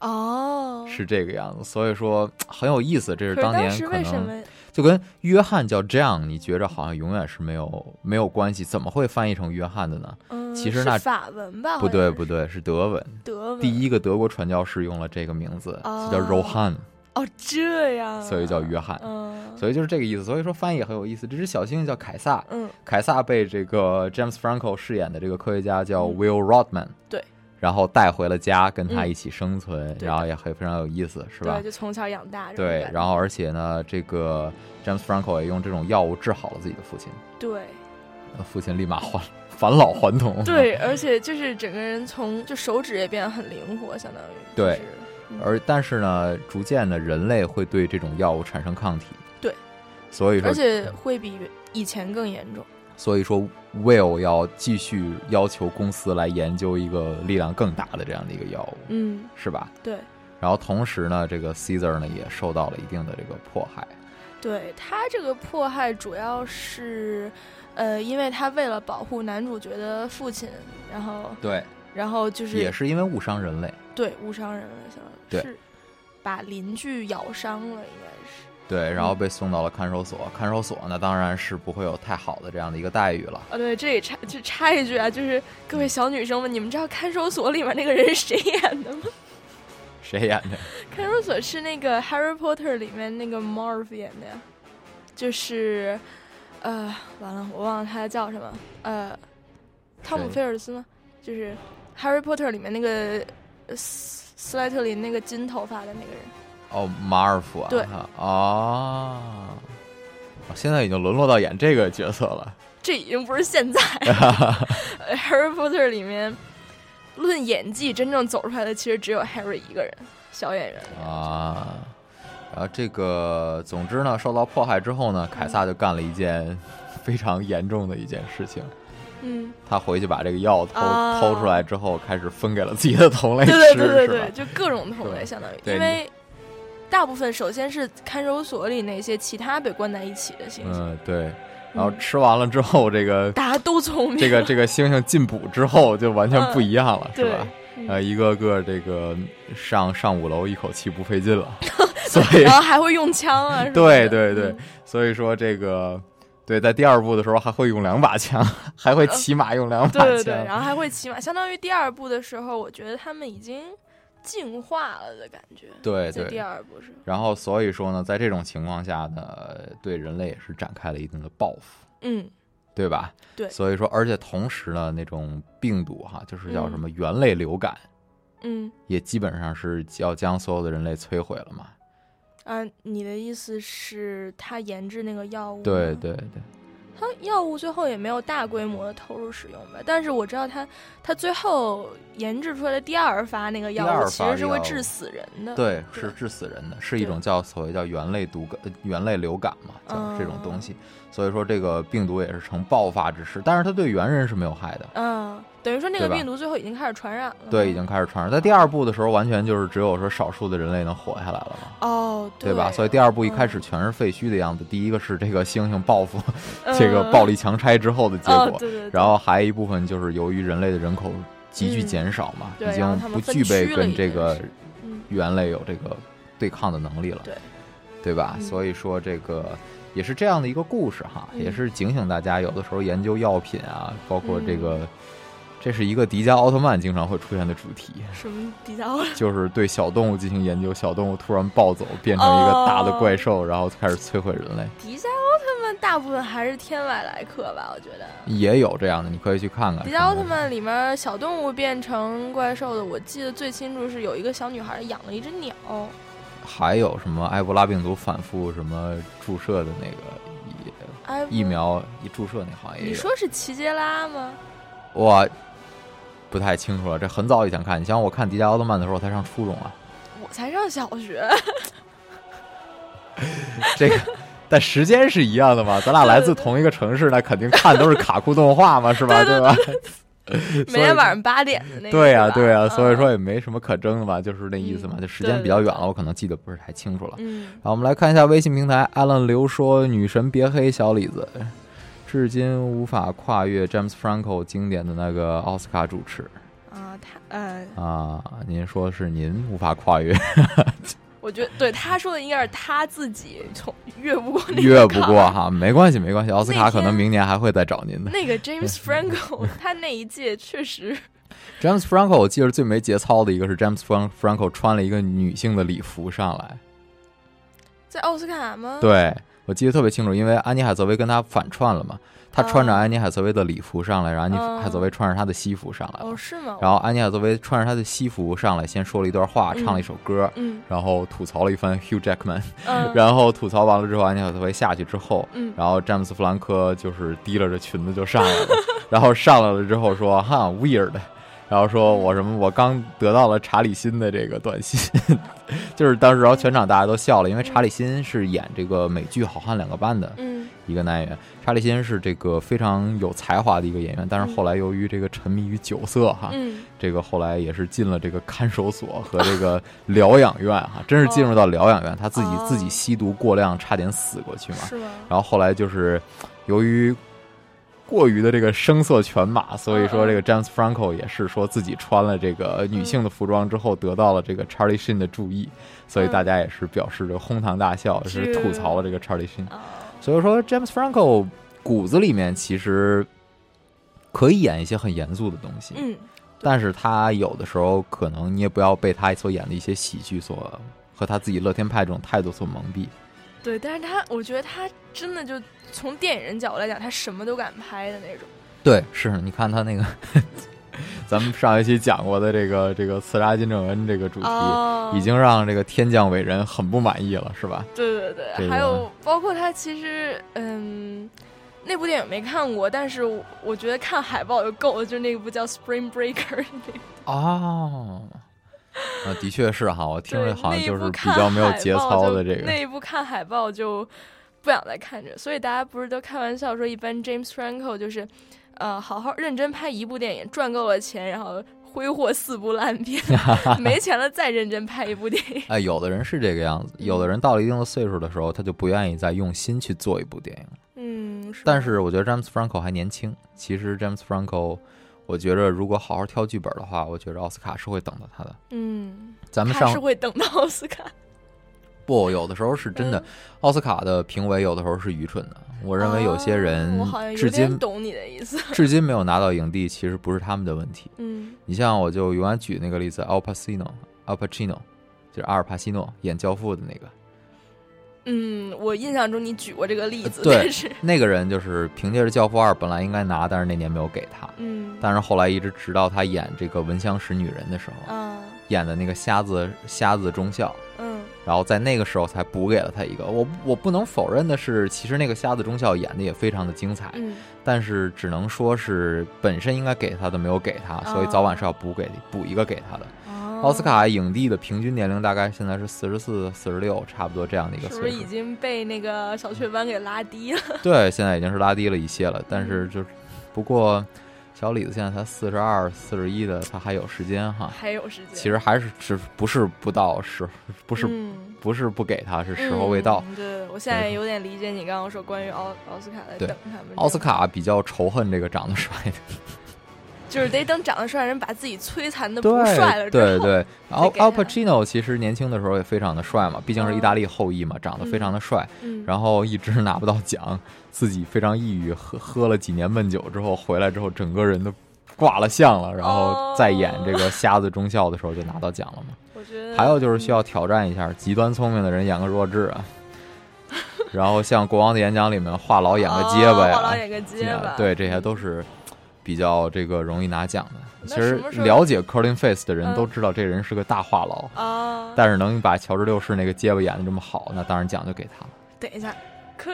Speaker 6: 哦，
Speaker 5: 是这个样子。所以说很有意思，这是
Speaker 6: 可是
Speaker 5: 当年
Speaker 6: 时
Speaker 5: 可
Speaker 6: 为什
Speaker 5: 能
Speaker 6: 么
Speaker 5: 就跟约翰叫 John，你觉着好像永远是没有没有关系，怎么会翻译成约翰的呢？
Speaker 6: 嗯，
Speaker 5: 其实
Speaker 6: 是
Speaker 5: 那
Speaker 6: 法文吧？
Speaker 5: 不
Speaker 6: 好像
Speaker 5: 对，
Speaker 6: 是
Speaker 5: 不对，是德文。
Speaker 6: 哦德文
Speaker 5: 第一个德国传教士用了这个名字，
Speaker 6: 哦
Speaker 5: 就叫 Rohan，
Speaker 6: 哦，这样啊，
Speaker 5: 所以叫约翰。
Speaker 6: 嗯，
Speaker 5: 所以就是这个意思，所以说翻译也很有意思。这只小猩猩叫凯撒，
Speaker 6: 嗯
Speaker 5: 凯撒被这个 James Franco 饰演的这个科学家叫
Speaker 6: 嗯
Speaker 5: Will Rodman，、
Speaker 6: 对，
Speaker 5: 然后带回了家，跟他
Speaker 6: 嗯
Speaker 5: 一起生存，
Speaker 6: 对
Speaker 5: 然后也很非常有意思，是吧？
Speaker 6: 对，就从小养大这种
Speaker 5: 对
Speaker 6: 感，觉，
Speaker 5: 然后而且呢，这个 James Franco 也用这种药物治好了自己的父亲， [LAUGHS] 呃
Speaker 6: 对
Speaker 5: 父亲立马还 [LAUGHS] 返老还童。，
Speaker 6: 对，而且就是整个人从就手指也变得很灵活，相当于
Speaker 5: 对，
Speaker 6: 就是嗯
Speaker 5: 而但是呢，逐渐的人类会对这种药物产生抗体。
Speaker 6: 对，
Speaker 5: 所以
Speaker 6: 而
Speaker 5: 说，
Speaker 6: 且会比以前更严重。
Speaker 5: 所以说 Will 要继续要求公司来研究一个力量更大的这样的一个药物，
Speaker 6: 嗯，
Speaker 5: 是吧？
Speaker 6: 对
Speaker 5: 然后同时呢，这个 Caesar 呢也受到了一定的这个迫害。
Speaker 6: 对，他这个迫害主要是，呃，因为他为了保护男主角的父亲，然后
Speaker 5: 对，
Speaker 6: 然后就是
Speaker 5: 也是因为误伤人类。
Speaker 6: 对，误伤人了，相当
Speaker 5: 对
Speaker 6: 于是把邻居咬伤了，应该是。
Speaker 5: 对，然后被送到了看守所。看守所呢，当然是不会有太好的这样的一个待遇了。
Speaker 6: 啊，对，这里插就插一句啊，就是各位小女生们，你们知道看守所里面那个人是谁演的吗？
Speaker 5: [LAUGHS] 谁演的？
Speaker 6: 看守所是那个《Harry Potter》里面那个 Morph 演的呀，就是，呃，完了，我忘了他叫什么，呃，汤姆
Speaker 5: 谁
Speaker 6: 菲尔斯吗？就是《Harry Potter》里面那个呃斯斯莱特林那个金头发的那个人。
Speaker 5: 哦，马尔福啊。
Speaker 6: 对
Speaker 5: 啊。哦，现在已经沦落到演这个角色了。
Speaker 6: 这已经不是
Speaker 5: [LAUGHS]
Speaker 6: 现在。呃 Harry Potter 里面，论演技真正走出来的，其实只有 Harry 一个人，小演员。
Speaker 5: 啊，然后这个，总之呢，受到迫害之后呢，凯撒就干了一件非常严重的一件事情，
Speaker 6: 嗯，
Speaker 5: 他回去把这个药偷、
Speaker 6: 啊
Speaker 5: 偷出来之后，开始分给了自己的同类
Speaker 6: 对
Speaker 5: 吃，
Speaker 6: 对对对
Speaker 5: 哎是
Speaker 6: 对，
Speaker 5: 吧？
Speaker 6: 就各种同
Speaker 5: 是吧
Speaker 6: 类，相当于，
Speaker 5: 对
Speaker 6: 因为大部分首先是看守所里那些其他被关在一起的猩猩，
Speaker 5: 嗯，对。然后吃完了之后，这个
Speaker 6: 大家都聪明，
Speaker 5: 这个这个猩猩进补之后就完全不一样了，是
Speaker 6: 对
Speaker 5: 吧？
Speaker 6: 嗯
Speaker 5: 呃，一个个这个上上五楼一口气不费劲
Speaker 6: [LAUGHS]
Speaker 5: 了，所以
Speaker 6: 然后还会用枪啊，什么
Speaker 5: [LAUGHS] 对对
Speaker 6: 的
Speaker 5: 对，，所以说这个对，在第二部的时候还会用两把枪， [LAUGHS] 还会骑马用两把
Speaker 6: 对对对，
Speaker 5: 枪，
Speaker 6: 然后还会骑马，相当于第二部的时候，我觉得他们已经进化了的感觉。
Speaker 5: 对
Speaker 6: 在第
Speaker 5: 对。
Speaker 6: 二部是，
Speaker 5: 然后所以说呢，在这种情况下呢，对人类也是展开了一定的报复，
Speaker 6: 嗯，
Speaker 5: 对吧？
Speaker 6: 对
Speaker 5: 所以说，而且同时呢，那种病毒哈，就是叫
Speaker 6: 嗯
Speaker 5: 什么猿类流感，
Speaker 6: 嗯
Speaker 5: 也基本上是要将所有的人类摧毁了嘛。
Speaker 6: 啊，你的意思是他研制那个药物？
Speaker 5: 对，对对，
Speaker 6: 他药物最后也没有大规模的投入使用吧？但是我知道他他最后研制出来的第二发那个
Speaker 5: 第
Speaker 6: 药
Speaker 5: 二
Speaker 6: 物其
Speaker 5: 发
Speaker 6: 实是
Speaker 5: 药
Speaker 6: 会
Speaker 5: 物
Speaker 6: 致死人的。
Speaker 5: 对，是致死人的，是一
Speaker 6: 嗯对
Speaker 5: 种叫所谓叫猿类毒感、呃猿类流感嘛，叫这种东
Speaker 6: 嗯
Speaker 5: 西。所以说这个病毒也是呈爆发之势，但是它对猿人是没有害的。
Speaker 6: 嗯，等于说那
Speaker 5: 对
Speaker 6: 个
Speaker 5: 吧
Speaker 6: 病毒最后已经开始传染了。
Speaker 5: 对，已经。开始传染。在第二部的时候，完全就是只有说少数的人类能活下来了嘛，
Speaker 6: 哦，
Speaker 5: 对吧？所以第二部一开
Speaker 6: 嗯
Speaker 5: 始全是废墟的样子。第一个是这个猩猩报复这个暴
Speaker 6: 力
Speaker 5: 力强拆之后的结
Speaker 6: 嗯哦，
Speaker 5: 果，
Speaker 6: 对对对。
Speaker 5: 然后还有一部分就是由于人类的人口急剧
Speaker 6: 嗯
Speaker 5: 减少嘛，已
Speaker 6: 对然
Speaker 5: 经
Speaker 6: 后他们
Speaker 5: 不
Speaker 6: 分
Speaker 5: 具
Speaker 6: 区
Speaker 5: 备
Speaker 6: 了
Speaker 5: 跟
Speaker 6: 已
Speaker 5: 这
Speaker 6: 经
Speaker 5: 个
Speaker 6: 是嗯
Speaker 5: 猿类有这个对抗的能力了，
Speaker 6: 对，
Speaker 5: 对吧？
Speaker 6: 嗯
Speaker 5: 所以说这个也是这样的一个故事哈，
Speaker 6: 嗯
Speaker 5: 也是警醒大家，有的时候研究药品啊，包括这个，
Speaker 6: 嗯
Speaker 5: 这是一个迪迦奥特曼经常会出现的主
Speaker 6: [LAUGHS]
Speaker 5: 题，
Speaker 6: 什么迪迦奥
Speaker 5: 就是对小动物进行研究，小动物突然暴走变成一个大的怪
Speaker 6: 哦
Speaker 5: 兽，然后开始摧毁人类，
Speaker 6: 迪迦奥特曼大部分还是天外来客吧，我觉得。
Speaker 5: 也有这样的，你可以去看啊看。
Speaker 6: 迪迦奥特曼里面小动物变成怪兽的，我记得最清楚是有一个小女孩养了一只鸟，
Speaker 5: 还有什么埃博拉病毒反复什么注射的那个
Speaker 6: 哎，
Speaker 5: 疫疫。苗一注射那好像也有。
Speaker 6: 你说是齐杰拉吗？
Speaker 5: 我不太清楚了，这很早以前看。你像我看迪迦奥特曼的时候，我才上初中啊。
Speaker 6: 我才上小
Speaker 5: [LAUGHS]
Speaker 6: 学，
Speaker 5: 这个，但时间是一样的嘛，咱俩来自同一个城市，那肯定看都是卡酷动画嘛，是吧？对吧？
Speaker 6: 每天晚上八点的那个。
Speaker 5: 对呀、
Speaker 6: 呀，
Speaker 5: 对呀、
Speaker 6: 嗯
Speaker 5: 所以说，也没什么可争的吧，就是那意思嘛。
Speaker 6: 嗯
Speaker 5: 就时间比较远了，我可能记得不是太清楚了。
Speaker 6: 嗯，
Speaker 5: 好，我们来看一下微信平台，a l a n 刘说：“女神别黑小李子，至今无法跨越 James Franco 经典的那个奥斯卡主持
Speaker 6: 啊，他，呃，
Speaker 5: 啊。”您说是您无法跨越，
Speaker 6: 我觉得对他说的应该是他自己从越不过那
Speaker 5: [LAUGHS]
Speaker 6: 个
Speaker 5: 越不
Speaker 6: 坎儿
Speaker 5: 过哈，没关系，没关系，奥斯卡
Speaker 6: 那天
Speaker 5: 可能明年还会再找您的。
Speaker 6: 那个 James
Speaker 5: [LAUGHS]
Speaker 6: Franco，他那一届确实
Speaker 5: James Franco，我记得最没节操的一个是 James Fran- Franco 穿了一个女性的礼服上来，
Speaker 6: 在奥斯卡吗？
Speaker 5: 对我记得特别清楚，因为安妮海瑟薇跟他反串了嘛，他穿着
Speaker 6: 哦
Speaker 5: 安妮海瑟薇的礼服上来，然后安
Speaker 6: 哦
Speaker 5: 妮海瑟薇穿着她的西服上来了
Speaker 6: 哦，，是吗？
Speaker 5: 然后安妮海瑟薇穿着她的西服上来，先说了一段话，
Speaker 6: 嗯
Speaker 5: 唱了一首歌，
Speaker 6: 嗯
Speaker 5: 然后吐槽了一番 Hugh Jackman，
Speaker 6: 嗯，
Speaker 5: [LAUGHS] 然后吐槽完了之后，安妮海瑟薇下去之后，
Speaker 6: 嗯
Speaker 5: 然后詹姆斯·弗兰科就是提拉着裙子就上
Speaker 6: [LAUGHS]
Speaker 5: 来了，然后上来了之后说哈 weird，然后说我什么我刚得到了查理辛的这个短信， [LAUGHS] 就是当时然后全场大家都笑了，因为查理辛是演这个美剧《好汉两个半》的
Speaker 6: 嗯
Speaker 5: 一个男演员，查理辛是这个非常有才华的一个演员，但是后来由于这个沉迷于酒色哈，
Speaker 6: 嗯，
Speaker 5: 这个后来也是进了这个看守所和这个疗养院哈， [LAUGHS] 真是进入到疗养院，他自己
Speaker 6: 哦
Speaker 5: 自己吸毒过量，差点死过去嘛。
Speaker 6: 是吗？
Speaker 5: 然后后来就是由于过于的这个声色犬马，所以
Speaker 6: 嗯
Speaker 5: 说这个 James Franco 也是说自己穿了这个女性的服装之后得到了这个 Charlie Sheen 的注意，所以
Speaker 6: 嗯
Speaker 5: 大家也是表示这个哄堂大笑，是吐槽了这个 Charlie Sheen。
Speaker 6: 啊，
Speaker 5: 所以说 James Franco 骨子里面其实可以演一些很严肃的东西，
Speaker 6: 嗯，
Speaker 5: 但是他有的时候可能你也不要被他所演的一些喜剧所和他自己乐天派这种态度所蒙蔽。
Speaker 6: 对，但是他，我觉得他真的就从电影人角度来讲，他什么都敢拍的那种。
Speaker 5: 对，是你看他那个， [LAUGHS] 咱们上一期讲过的这个这个刺杀金正恩这个主题，
Speaker 6: 哦，
Speaker 5: 已经让这个天降伟人很不满意了，是吧？
Speaker 6: 对对对，
Speaker 5: 这个
Speaker 6: 还有包括他其实，嗯，那部电影没看过，但是我我觉得看海报就够了，就是那部叫《Spring Breaker》那个。
Speaker 5: 哦，啊，的确是哈，我听
Speaker 6: 对
Speaker 5: 着好像
Speaker 6: 那一
Speaker 5: 就
Speaker 6: 部
Speaker 5: 是比
Speaker 6: 看
Speaker 5: 较没有
Speaker 6: 海
Speaker 5: 节
Speaker 6: 报
Speaker 5: 操
Speaker 6: 就
Speaker 5: 的这个
Speaker 6: 那一部看海报就不想再看着，所以大家不是都开玩笑说，一般 James Franco 就是，呃，好好认真拍一部电影，赚够了钱，然后挥霍四部烂
Speaker 5: [LAUGHS]
Speaker 6: 片，没钱了再认真拍一部电影。 [LAUGHS]
Speaker 5: 哎，有的人是这个样子，有的人到了一定的岁数的时候，他就不愿意再用心去做一部电影。
Speaker 6: 嗯，是
Speaker 5: 但是我觉得 James Franco 还年轻，其实 James Franco，我觉着如果好好挑剧本的话，我觉着奥斯卡是会等到他的。
Speaker 6: 嗯，
Speaker 5: 咱们
Speaker 6: 他
Speaker 5: 上
Speaker 6: 是会等到奥斯卡。
Speaker 5: 不，有的时候是真的
Speaker 6: 嗯，
Speaker 5: 奥斯卡的评委有的时候是愚蠢的。我 [LAUGHS] 认为有些
Speaker 6: 哦
Speaker 5: 人
Speaker 6: 我好像有
Speaker 5: 至
Speaker 6: 点
Speaker 5: 今
Speaker 6: 懂你的意思。 [LAUGHS]
Speaker 5: 至今没有拿到影帝，其实不是他们的问题。
Speaker 6: 嗯
Speaker 5: 你像我就永远举那个例子，Al Pacino，Al Pacino 就是阿尔帕西诺演《教父》的那个，
Speaker 6: 嗯，我印象中你举过这个例子，
Speaker 5: 呃对
Speaker 6: 但是
Speaker 5: 那个人就是凭借着《教父二》本来应该拿，但是那年没有给他。
Speaker 6: 嗯
Speaker 5: 但是后来一直直到他演这个《闻香识女人》的时候，
Speaker 6: 啊
Speaker 5: 演的那个瞎子瞎子中校，
Speaker 6: 嗯
Speaker 5: 然后在那个时候才补给了他一个。我我不能否认的是，其实那个瞎子中校演的也非常的精彩，
Speaker 6: 嗯
Speaker 5: 但是只能说是本身应该给他的没有给他，所以早晚是要补给补一个给他的。
Speaker 6: 哦
Speaker 5: 奥斯卡影帝的平均年龄大概现在是四十四、四十六，差不多这样的一个
Speaker 6: 是不是
Speaker 5: 岁
Speaker 6: 已
Speaker 5: 数。
Speaker 6: 经被那个小雀斑给拉低了？ [LAUGHS]
Speaker 5: 对，现在已经是拉低了一些了，但
Speaker 6: 嗯
Speaker 5: 是就不过小李子现在才四十二、四十一的，他还有时间哈。
Speaker 6: 还有时间，
Speaker 5: 其实还是只不是不到时，不
Speaker 6: 不
Speaker 5: 是、
Speaker 6: 嗯、
Speaker 5: 不是不给他，是时候未到。
Speaker 6: 嗯对，我现在有点理解你刚刚说关于奥奥斯卡的
Speaker 5: 对
Speaker 6: 等他们，
Speaker 5: 奥斯卡比较仇恨这个长得帅的，
Speaker 6: 就是得等长得帅的人把自己摧残 [LAUGHS] 的不帅了之后，
Speaker 5: 对
Speaker 6: [LAUGHS]
Speaker 5: 对。然后
Speaker 6: 给他
Speaker 5: Al Pacino 其实年轻的时候也非常的帅嘛，毕竟是意大利后裔嘛，长得非常的帅，
Speaker 6: 嗯，
Speaker 5: 然后一直拿不到奖，自己非常抑郁，喝喝了几年闷酒之后回来之后，整个人都挂了相了，然
Speaker 6: 哦
Speaker 5: 后再演这个瞎子中校的时候就拿到奖了嘛。
Speaker 6: 我觉得
Speaker 5: 还有就是需要挑战一下，极端聪明的人演个弱智啊，然后像《国王的演讲》里面话痨演个结巴
Speaker 6: 哦
Speaker 5: 呀，
Speaker 6: 话痨演个结巴，
Speaker 5: 啊对，这些都是比较这个容易拿奖的。
Speaker 6: 嗯那
Speaker 5: 其实
Speaker 6: 什么时候
Speaker 5: 了解 Colin Face 的人
Speaker 6: 嗯
Speaker 5: 都知道，这人是个大话痨，
Speaker 6: 啊。
Speaker 5: 但是能把乔治六世那个结巴演的这么好，那当然奖就给他了。
Speaker 6: 等一下，可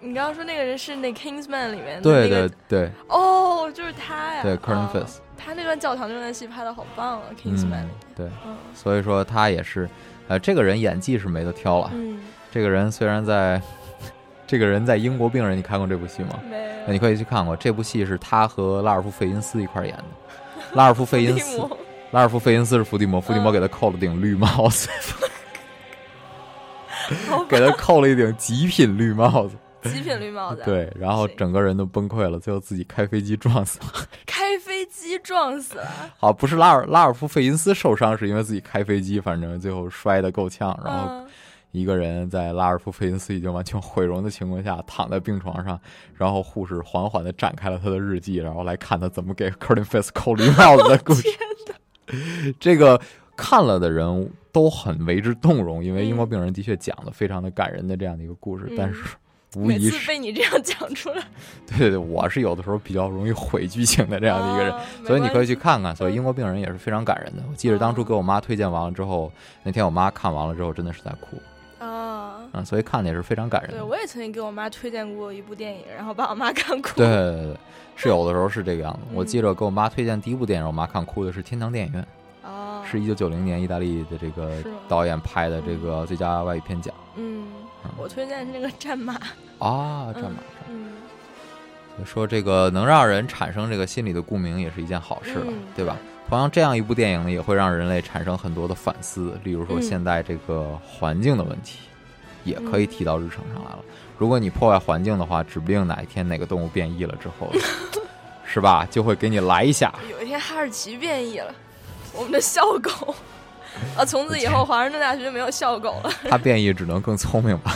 Speaker 6: 你刚刚说那个人是那 Kingsman 里面的
Speaker 5: 对
Speaker 6: 那个
Speaker 5: 对对
Speaker 6: 哦，就是他呀，
Speaker 5: 对，Colin
Speaker 6: 哦
Speaker 5: Face，
Speaker 6: 他那段教堂那段戏拍的好棒啊，Kingsman
Speaker 5: 嗯
Speaker 6: 里，
Speaker 5: 对，
Speaker 6: 嗯
Speaker 5: 所以说他也是，呃，这个人演技是没得挑了。
Speaker 6: 嗯，
Speaker 5: 这个人虽然在，这个人在英国病人，你看过这部戏吗？
Speaker 6: 没有
Speaker 5: 哎那你可以去看过，这部戏是他和拉尔夫·费因斯一块儿演的。
Speaker 6: [LAUGHS]
Speaker 5: 拉尔夫·费因
Speaker 6: 蒂
Speaker 5: 斯，
Speaker 6: 姆
Speaker 5: 拉尔夫·费因斯是伏地魔，伏地魔给他扣了顶绿帽子， [LAUGHS] 给他扣了一顶极品绿帽子，
Speaker 6: 极品绿帽子，，
Speaker 5: [LAUGHS] 对，然后整个人都崩溃了，最后自己开飞机撞死了。
Speaker 6: 开飞机撞死了，
Speaker 5: 好，不是拉尔拉尔夫·费因斯受伤，是因为自己开飞机，反正最后摔得够呛，然后
Speaker 6: 嗯
Speaker 5: 一个人在拉尔夫·费因斯已经完全毁容的情况下躺在病床上，然后护士缓缓地展开了他的日记，然后来看他怎么给 Curtin Face 扣绿帽子的故事。这个看了的人都很为之动容，因为英国病人的确讲的非常的感人的这样的一个故事，
Speaker 6: 嗯
Speaker 5: 但是无
Speaker 6: 每
Speaker 5: 疑
Speaker 6: 次
Speaker 5: 是
Speaker 6: 被你这样讲出 [LAUGHS] 来，
Speaker 5: [LAUGHS] 对对对，我是有的时候比较容易毁剧情的这样的一个人。
Speaker 6: 啊
Speaker 5: 所以你可以去，看看，所以
Speaker 6: 嗯
Speaker 5: 英国病人也是非常感人的。我记得当初给我妈推荐完了之后，
Speaker 6: 嗯
Speaker 5: 那天我妈看完了之后真的是在哭
Speaker 6: 没关系啊。
Speaker 5: 啊、嗯所以看的也是非常感人
Speaker 6: 对，
Speaker 5: 的。
Speaker 6: 我也曾经给我妈推荐过一部电影，然后把我妈看哭。
Speaker 5: [LAUGHS] 对，对对对，是有的时候是这个样子。
Speaker 6: 嗯
Speaker 5: 我记着给我妈推荐第一部电影，我妈看哭的是《天堂电影院
Speaker 6: 哦，》，
Speaker 5: 是一九九零年意大利的这个
Speaker 6: 是吗
Speaker 5: 导演拍的这个最佳外语片奖
Speaker 6: 嗯
Speaker 5: 嗯，
Speaker 6: 我推荐的是那个《战马》，
Speaker 5: 啊，这么
Speaker 6: 嗯，
Speaker 5: 所以说这个能让人产生这个心理的共鸣也是一件好事了，
Speaker 6: 嗯
Speaker 5: 对吧？同样，这样一部电影呢，也会让人类产生很多的反思，例如说
Speaker 6: 嗯
Speaker 5: 现在这个环境的问题，也可以提到日程上来了。如果你破坏环境的话，指不定哪一天哪个动物变异了之后， [LAUGHS] 是吧，就会给你来一下。
Speaker 6: 有一天哈士奇变异了，我们的校狗。 [LAUGHS] 啊！从此以
Speaker 5: [LAUGHS]
Speaker 6: 后，华盛顿大学就没有校狗了。
Speaker 5: 它变异只能更聪明吧？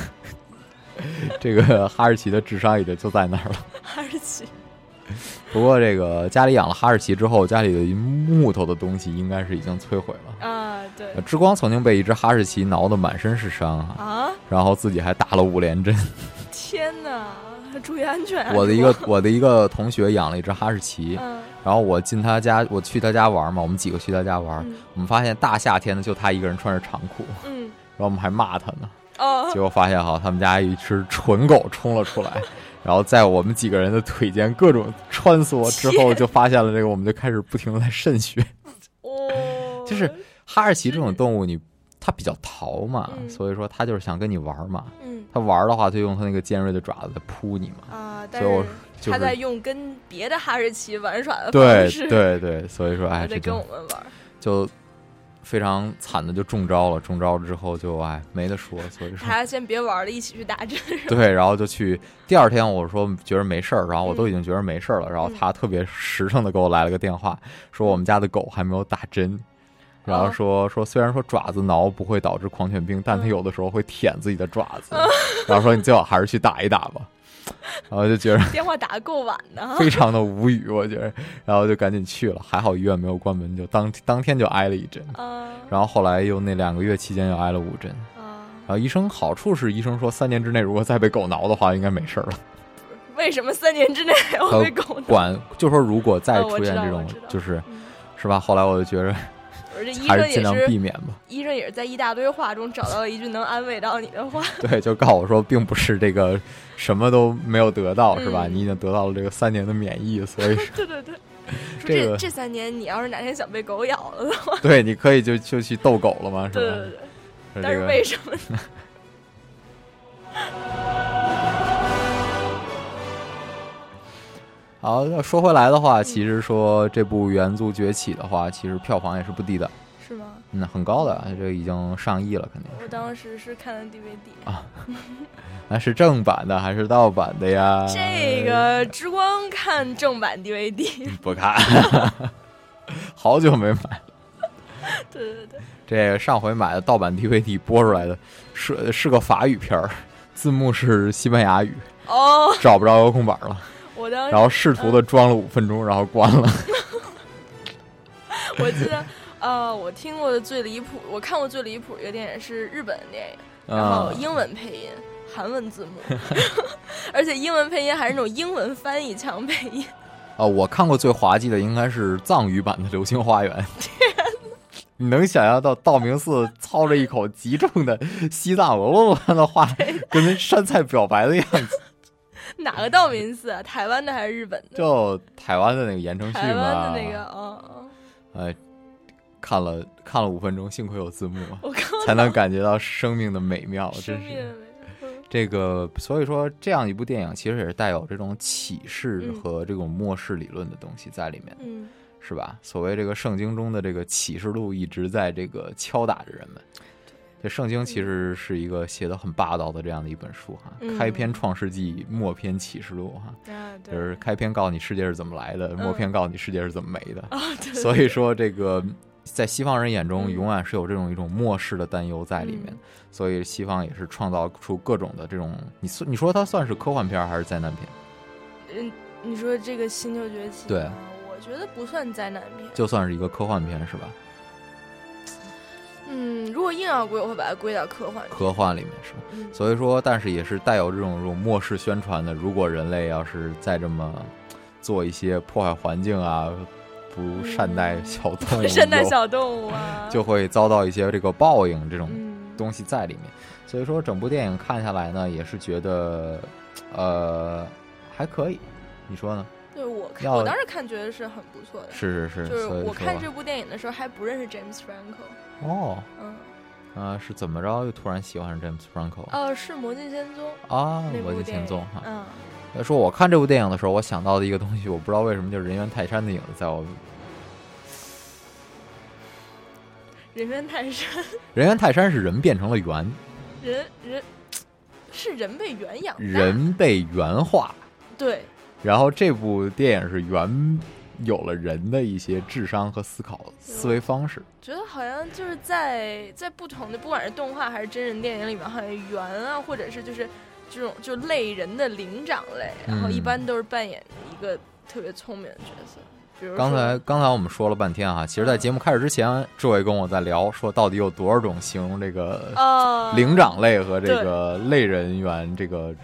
Speaker 5: 这个哈士奇的智商也就在那儿了。
Speaker 6: 哈士奇，
Speaker 5: 不过这个家里养了哈士奇之后，家里的木头的东西应该是已经摧毁了。
Speaker 6: 啊，对
Speaker 5: 呃之光曾经被一只哈士奇挠得满身是伤啊，
Speaker 6: 啊，
Speaker 5: 然后自己还打了五连针。
Speaker 6: 天哪！注意安全啊。
Speaker 5: 我的一
Speaker 6: 这
Speaker 5: 个 [LAUGHS] 我的一个同学养了一只哈士奇，
Speaker 6: 嗯
Speaker 5: 然后我进他家，我去他家玩嘛，我们几个去他家玩，
Speaker 6: 嗯
Speaker 5: 我们发现大夏天的就他一个人穿着长裤，
Speaker 6: 嗯
Speaker 5: 然后我们还骂他呢，
Speaker 6: 哦
Speaker 5: 结，果发现哈，他们家一只蠢狗冲了出来。然后在我们几个人的腿间各种穿梭之后，就发现了这个，我们就开始不停的在渗血。
Speaker 6: 哦，
Speaker 5: 就是哈士奇这种动物你，它比较淘嘛，
Speaker 6: 嗯
Speaker 5: 所以说它就是想跟你玩嘛。
Speaker 6: 嗯
Speaker 5: 它玩的话，就用它那个尖锐的爪子在扑你嘛。
Speaker 6: 啊，但
Speaker 5: 所以我
Speaker 6: 是
Speaker 5: 就
Speaker 6: 他在
Speaker 5: 是
Speaker 6: 用跟别的哈士奇玩耍的方式，
Speaker 5: 对，对对，所以说哎，这
Speaker 6: 在跟
Speaker 5: 就
Speaker 6: 我们玩。
Speaker 5: 就非常惨的就中招了，中招之后就哎没得说，所以说
Speaker 6: 大家先别玩了，一起去打针。 [LAUGHS]
Speaker 5: 对，然后就去第二天，我说觉得没事儿，然后我都已经觉得没事儿了，然后
Speaker 6: 嗯
Speaker 5: 他特别实诚的给我来了个电话，说我们家的狗还没有打针，然后
Speaker 6: 哦
Speaker 5: 说说虽然说爪子挠不会导致狂犬病，但它
Speaker 6: 嗯啊
Speaker 5: 有的时候会舔自己的爪子， [LAUGHS] 然后说你最好还是去打一打吧，然后就觉得
Speaker 6: 电话打得够晚的哈，
Speaker 5: 非常的无语，我觉得，然后就赶紧去了，还好医院没有关门，就当当天就挨了一针，
Speaker 6: 啊
Speaker 5: 然后后来又那两个月期间又挨了五针，
Speaker 6: 啊！
Speaker 5: 然后医生好处是医生说三年之内如果再被狗挠的话应该没事儿了。
Speaker 6: 为什么三年之内我被 [LAUGHS] 狗呢？
Speaker 5: 管，就说如果再
Speaker 6: 哦我
Speaker 5: 出现
Speaker 6: 知道
Speaker 5: 这
Speaker 6: 我
Speaker 5: 种
Speaker 6: 知道，
Speaker 5: 就是
Speaker 6: 嗯
Speaker 5: 是吧？后来我就觉着
Speaker 6: 而且医
Speaker 5: 还
Speaker 6: 生
Speaker 5: 是尽
Speaker 6: 也
Speaker 5: 量避
Speaker 6: 是，
Speaker 5: 免吧。
Speaker 6: 医生也是在一大堆话中找到了一句能安慰到你的话。 [LAUGHS]
Speaker 5: 对，就告诉我说，并不是这个什么都没有得到，是吧？
Speaker 6: 嗯
Speaker 5: 你已经得到了这个三年的免疫，所以说
Speaker 6: 对对对，说
Speaker 5: 这
Speaker 6: 这
Speaker 5: 个
Speaker 6: 这三年你要是哪天想被狗咬了的话，
Speaker 5: [LAUGHS] 对，你可以就就去逗狗了嘛，是
Speaker 6: 对
Speaker 5: 吧
Speaker 6: 对？对，
Speaker 5: 说
Speaker 6: 但
Speaker 5: 这
Speaker 6: 是
Speaker 5: 个
Speaker 6: 为什么呢？
Speaker 5: [LAUGHS] 好，要说回来的
Speaker 6: 嗯
Speaker 5: 话，其实说这部《猿族崛起》的话，其实票房也是不低的，
Speaker 6: 是吗？
Speaker 5: 嗯，很高的，这个已经上亿了，肯定。
Speaker 6: 我当时是看的 DVD，、
Speaker 5: 啊那是正版的还是盗版的呀？
Speaker 6: 这个之光看正版 DVD，
Speaker 5: 不看， [LAUGHS] 好久没买。
Speaker 6: 对对对，
Speaker 5: 这上回买的盗版 DVD 播出来的是是个法语片儿，字幕是西班牙语，
Speaker 6: 哦，
Speaker 5: 找不着遥控板了，
Speaker 6: 我当时
Speaker 5: 然后试图
Speaker 6: 嗯
Speaker 5: 的装了五分钟，然后关了。
Speaker 6: 我记得，呃，我听过的最离谱，我看过最离谱一个电影是日本的电影，然后
Speaker 5: 嗯，
Speaker 6: 英文配音。韩文字幕， [LAUGHS] 而且英文配音还是那种英文翻译腔配音，
Speaker 5: 啊，我看过最滑稽的应该是藏语版的《流星花园》。
Speaker 6: [LAUGHS]
Speaker 5: 你能想象到道明寺操着一口极重的西藏罗罗罗的话，跟山菜表白的样子，
Speaker 6: 哪个道明寺啊？台湾的还是日本的？
Speaker 5: 就台湾的那个言承旭嘛，
Speaker 6: 台湾的那个，哦，哦
Speaker 5: 呃，看了看了五分钟，幸亏有字幕，啊
Speaker 6: [LAUGHS] 我刚
Speaker 5: 才能感觉到生命的美妙。
Speaker 6: 生
Speaker 5: 真
Speaker 6: 命
Speaker 5: 是
Speaker 6: 的美嗯
Speaker 5: 这个，所以说这样一部电影其实也是带有这种启示和这种末世理论的东西在里面，
Speaker 6: 嗯，
Speaker 5: 是吧？所谓这个圣经中的这个启示录一直在这个敲打着人们。这圣经其实是一个写的很霸道的这样的一本书哈，
Speaker 6: 嗯
Speaker 5: 开篇创世纪，末篇启示录哈，
Speaker 6: 啊，对，嗯
Speaker 5: 就是开篇告诉你世界是怎么来的，末篇告诉你世界是怎么没的。
Speaker 6: 啊， [LAUGHS] 对，
Speaker 5: 所以说，这个在西方人眼中，
Speaker 6: 嗯
Speaker 5: 永远是有这种一种末世的担忧在里面
Speaker 6: 嗯。
Speaker 5: 所以西方也是创造出各种的这种，你说你说它算是科幻片儿还是灾难片？
Speaker 6: 嗯，你说这个《星球崛起》，
Speaker 5: 对，
Speaker 6: 我觉得不算灾难片。
Speaker 5: 就算是一个科幻片是吧？
Speaker 6: 嗯，如果硬要归，我会把它归到科幻。
Speaker 5: 科幻里面是吧？
Speaker 6: 嗯， [LAUGHS]
Speaker 5: 所以说，但是也是带有这种这种末世宣传的。如果人类要是再这么做一些破坏环境啊，不善待小动物，
Speaker 6: 嗯善待小动物啊，
Speaker 5: 嗯就会遭到一些这个报应这种
Speaker 6: 嗯，
Speaker 5: 东西在里面。所以说，整部电影看下来呢，也是觉得，呃，还可以。你说呢？
Speaker 6: 对我看，
Speaker 5: 要
Speaker 6: 我当时看觉得是很不错的。
Speaker 5: 是是是，
Speaker 6: 就是
Speaker 5: 所以说
Speaker 6: 我看这部电影的时候还不认识 James Franco，
Speaker 5: 哦，
Speaker 6: 嗯，
Speaker 5: 啊、是怎么着又突然喜欢上 James Franco 了
Speaker 6: 呃，是《魔镜仙踪》
Speaker 5: 啊？
Speaker 6: 那
Speaker 5: 我
Speaker 6: 部
Speaker 5: 的
Speaker 6: 电
Speaker 5: 前
Speaker 6: 影
Speaker 5: 奏哈。
Speaker 6: 嗯，
Speaker 5: 要说我看这部电影的时候，我想到的一个东西，我不知道为什么，就是人猿泰山的影子在我。
Speaker 6: 人猿泰山，
Speaker 5: 人猿泰山是人变成了猿，
Speaker 6: 人人是人被猿养大，
Speaker 5: 人被猿化，
Speaker 6: 对，
Speaker 5: 然后这部电影是猿有了人的一些智商和思考思维方式。
Speaker 6: 觉得好像就是在在不同的，不管是动画还是真人电影里面，好像猿啊，或者是就是这种就类人的灵长类，
Speaker 5: 嗯
Speaker 6: 然后一般都是扮演一个特别聪明的角色，比如说
Speaker 5: 刚才刚才我们说了半天哈、啊其实，在节目开始之
Speaker 6: 嗯
Speaker 5: 前，志伟跟我在聊，说到底有多少种形容这个
Speaker 6: 呃
Speaker 5: 灵长类和这
Speaker 6: 对
Speaker 5: 个类人猿这个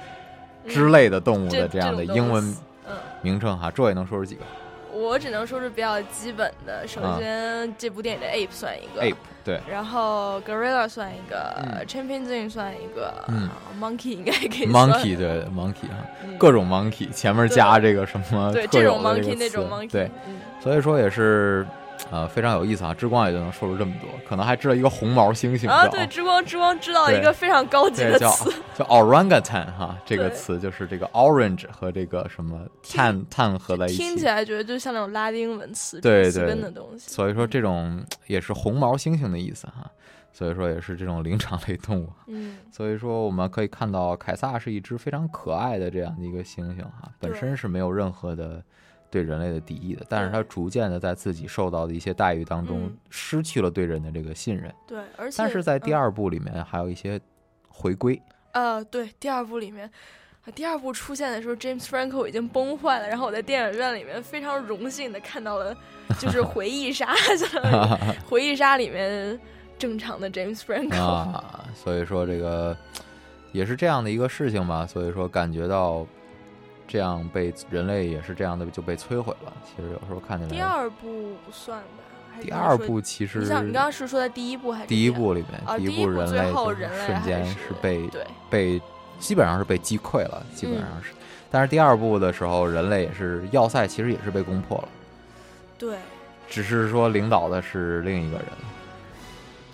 Speaker 6: 嗯
Speaker 5: 之类的动物
Speaker 6: 这
Speaker 5: 的这样的
Speaker 6: 种
Speaker 5: 英文
Speaker 6: 东西嗯，
Speaker 5: 名称哈、志伟能说出几个
Speaker 6: 我只能说是比较基本的。首
Speaker 5: 啊
Speaker 6: 先，这部电影的 Ape 算一个
Speaker 5: ？ape
Speaker 6: [LAUGHS]
Speaker 5: 对，
Speaker 6: 然后 Gorilla 算一个、
Speaker 5: 嗯
Speaker 6: Chimpanzee 算一个、
Speaker 5: 嗯
Speaker 6: m o n k e y 应该可以算
Speaker 5: monkey 对 monkey 哈、
Speaker 6: 嗯
Speaker 5: 各种 monkey 前面加这个什么
Speaker 6: 对
Speaker 5: 特
Speaker 6: 这种
Speaker 5: 有的
Speaker 6: monkey
Speaker 5: 这
Speaker 6: 那
Speaker 5: 个
Speaker 6: 种
Speaker 5: 词，
Speaker 6: monkey
Speaker 5: 对，
Speaker 6: 嗯
Speaker 5: 所以说也是呃，非常有意思啊！之光也就能说出这么多，可能还知道一个红毛猩猩叫、哦
Speaker 6: 啊，对，之光之光知道一个非常 [LAUGHS] 高级
Speaker 5: 对
Speaker 6: 的
Speaker 5: 叫
Speaker 6: 词，
Speaker 5: 叫 orangutan 哈，这个
Speaker 6: 对
Speaker 5: 词就是这个 orange 和这个什么碳碳合在一起，
Speaker 6: 听起来觉得就像那种拉丁文词
Speaker 5: 对
Speaker 6: 词
Speaker 5: 对
Speaker 6: 根的东西。
Speaker 5: 所以说这种也是红毛猩猩的意思哈，所以说也是这种灵长类动物。
Speaker 6: 嗯，
Speaker 5: 所以说我们可以看到，凯撒是一只非常可爱的这样的一个猩猩哈，
Speaker 6: 对
Speaker 5: 本身是没有任何的对人类的敌意的，但是它逐渐的在自己受到的一些待遇当中
Speaker 6: 嗯
Speaker 5: 失去了对人的这个信任，
Speaker 6: 对，而且
Speaker 5: 但是在第
Speaker 6: 嗯
Speaker 5: 二部里面还有一些回归，
Speaker 6: 呃，对，第二部里面，啊第二部出现的时候，James Franco 已经崩坏了。然后我在电影院里面非常荣幸的看到了，就是 [LAUGHS] 回忆杀，相当于 [LAUGHS] 回忆杀里面正常的 James [LAUGHS] Franco。
Speaker 5: 啊，所以说这个也是这样的一个事情吧。所以说感觉到这样被人类也是这样的就被摧毁了。其实有时候看起来，
Speaker 6: 第二部不算吧？还是
Speaker 5: 第
Speaker 6: 你
Speaker 5: 二
Speaker 6: 说
Speaker 5: 部其实
Speaker 6: 你想，你刚刚是说在第一部还是
Speaker 5: 第一
Speaker 6: 二？
Speaker 5: 部里
Speaker 6: 啊，
Speaker 5: 面，
Speaker 6: 第
Speaker 5: 一部人
Speaker 6: 最
Speaker 5: 类
Speaker 6: 后
Speaker 5: 就
Speaker 6: 人类
Speaker 5: 瞬间
Speaker 6: 还
Speaker 5: 是被
Speaker 6: 对嗯
Speaker 5: 被基本上是被击溃了，基本上是。但是第二部的时候，人类也是要塞其实也是被攻破了，
Speaker 6: 对，
Speaker 5: 只是说领导的是另一个人，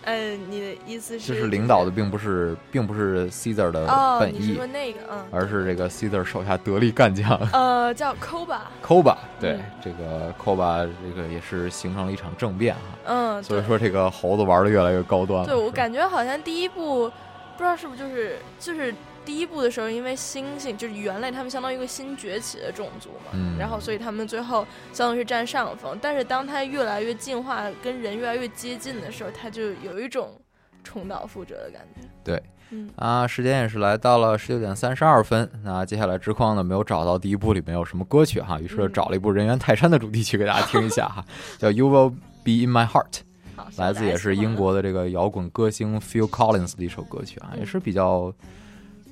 Speaker 6: 呃，你的意思是
Speaker 5: 就是领导的并不是并不是 Caesar 的
Speaker 6: 哦，
Speaker 5: 本
Speaker 6: 你是
Speaker 5: 意
Speaker 6: 说，那个嗯，
Speaker 5: 而是这个 Caesar 手下得力干 [LAUGHS] 将。
Speaker 6: 呃叫 Koba，
Speaker 5: Koba，对、
Speaker 6: 嗯
Speaker 5: 这个 Koba 这个也是形成了一场政变哈，
Speaker 6: 嗯，
Speaker 5: 所以
Speaker 6: 对
Speaker 5: 说这个猴子玩的越来越高端了。
Speaker 6: 对我
Speaker 5: 是吧
Speaker 6: 感觉好像第一部，不知道是不是就是就是第一部的时候，因为猩猩就是猿类，他们相当于一个新崛起的种族嘛，
Speaker 5: 嗯
Speaker 6: 然后所以他们最后相当于是占上风。但是当它越来越进化，跟人越来越接近的时候，它就有一种重蹈覆辙的感觉。
Speaker 5: 对，
Speaker 6: 嗯，
Speaker 5: 啊，时间也是来到了十九点三十二分。那接下来之框呢没有找到第一部里面有什么歌曲哈，于是就
Speaker 6: 嗯
Speaker 5: 找了一部《人猿泰山》的主题曲给大家听一下 [LAUGHS] 哈，叫《You Will Be in My Heart》。
Speaker 6: 好，下
Speaker 5: 来自也是英
Speaker 6: 来
Speaker 5: 国的这个摇滚歌星 Phil Collins 的一首歌曲啊，
Speaker 6: 嗯
Speaker 5: 也是比较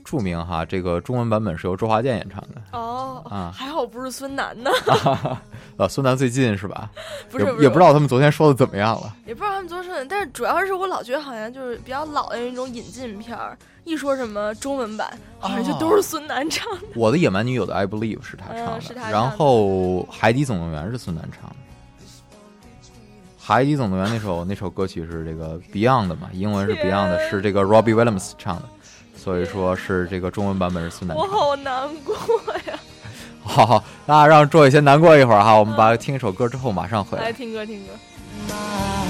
Speaker 5: 著名哈。这个中文版本是由周华健演唱的
Speaker 6: 喜欢哦。
Speaker 5: 啊，
Speaker 6: 还好不是孙楠呢， [LAUGHS]
Speaker 5: 呃，孙楠最近是吧？
Speaker 6: 不是
Speaker 5: 也
Speaker 6: 是
Speaker 5: 也不知道他们昨天说的怎么样了。
Speaker 6: 也不知道他们做什么，但是主要是我老觉得好像就是比较老的那种引进片儿，一说什么中文版，好像就都是孙楠唱的。
Speaker 5: 我的野蛮女友的 I Believe 是他唱的，
Speaker 6: 嗯是他唱的
Speaker 5: 然后海底总动员是孙楠唱的。海底总动员那首那首歌曲是这个 Beyond 的嘛，英文是 Beyond 的，
Speaker 6: 天啊
Speaker 5: 是这个 Robbie Williams 唱的，所以说是这个中文版本是孙楠
Speaker 6: 我
Speaker 5: 唱的。
Speaker 6: 好难过呀！
Speaker 5: [LAUGHS] 好好，那让周伟先难过一会儿哈，我们把听一首歌之后马上回
Speaker 6: 来
Speaker 5: 来。
Speaker 6: 哎听歌，听歌。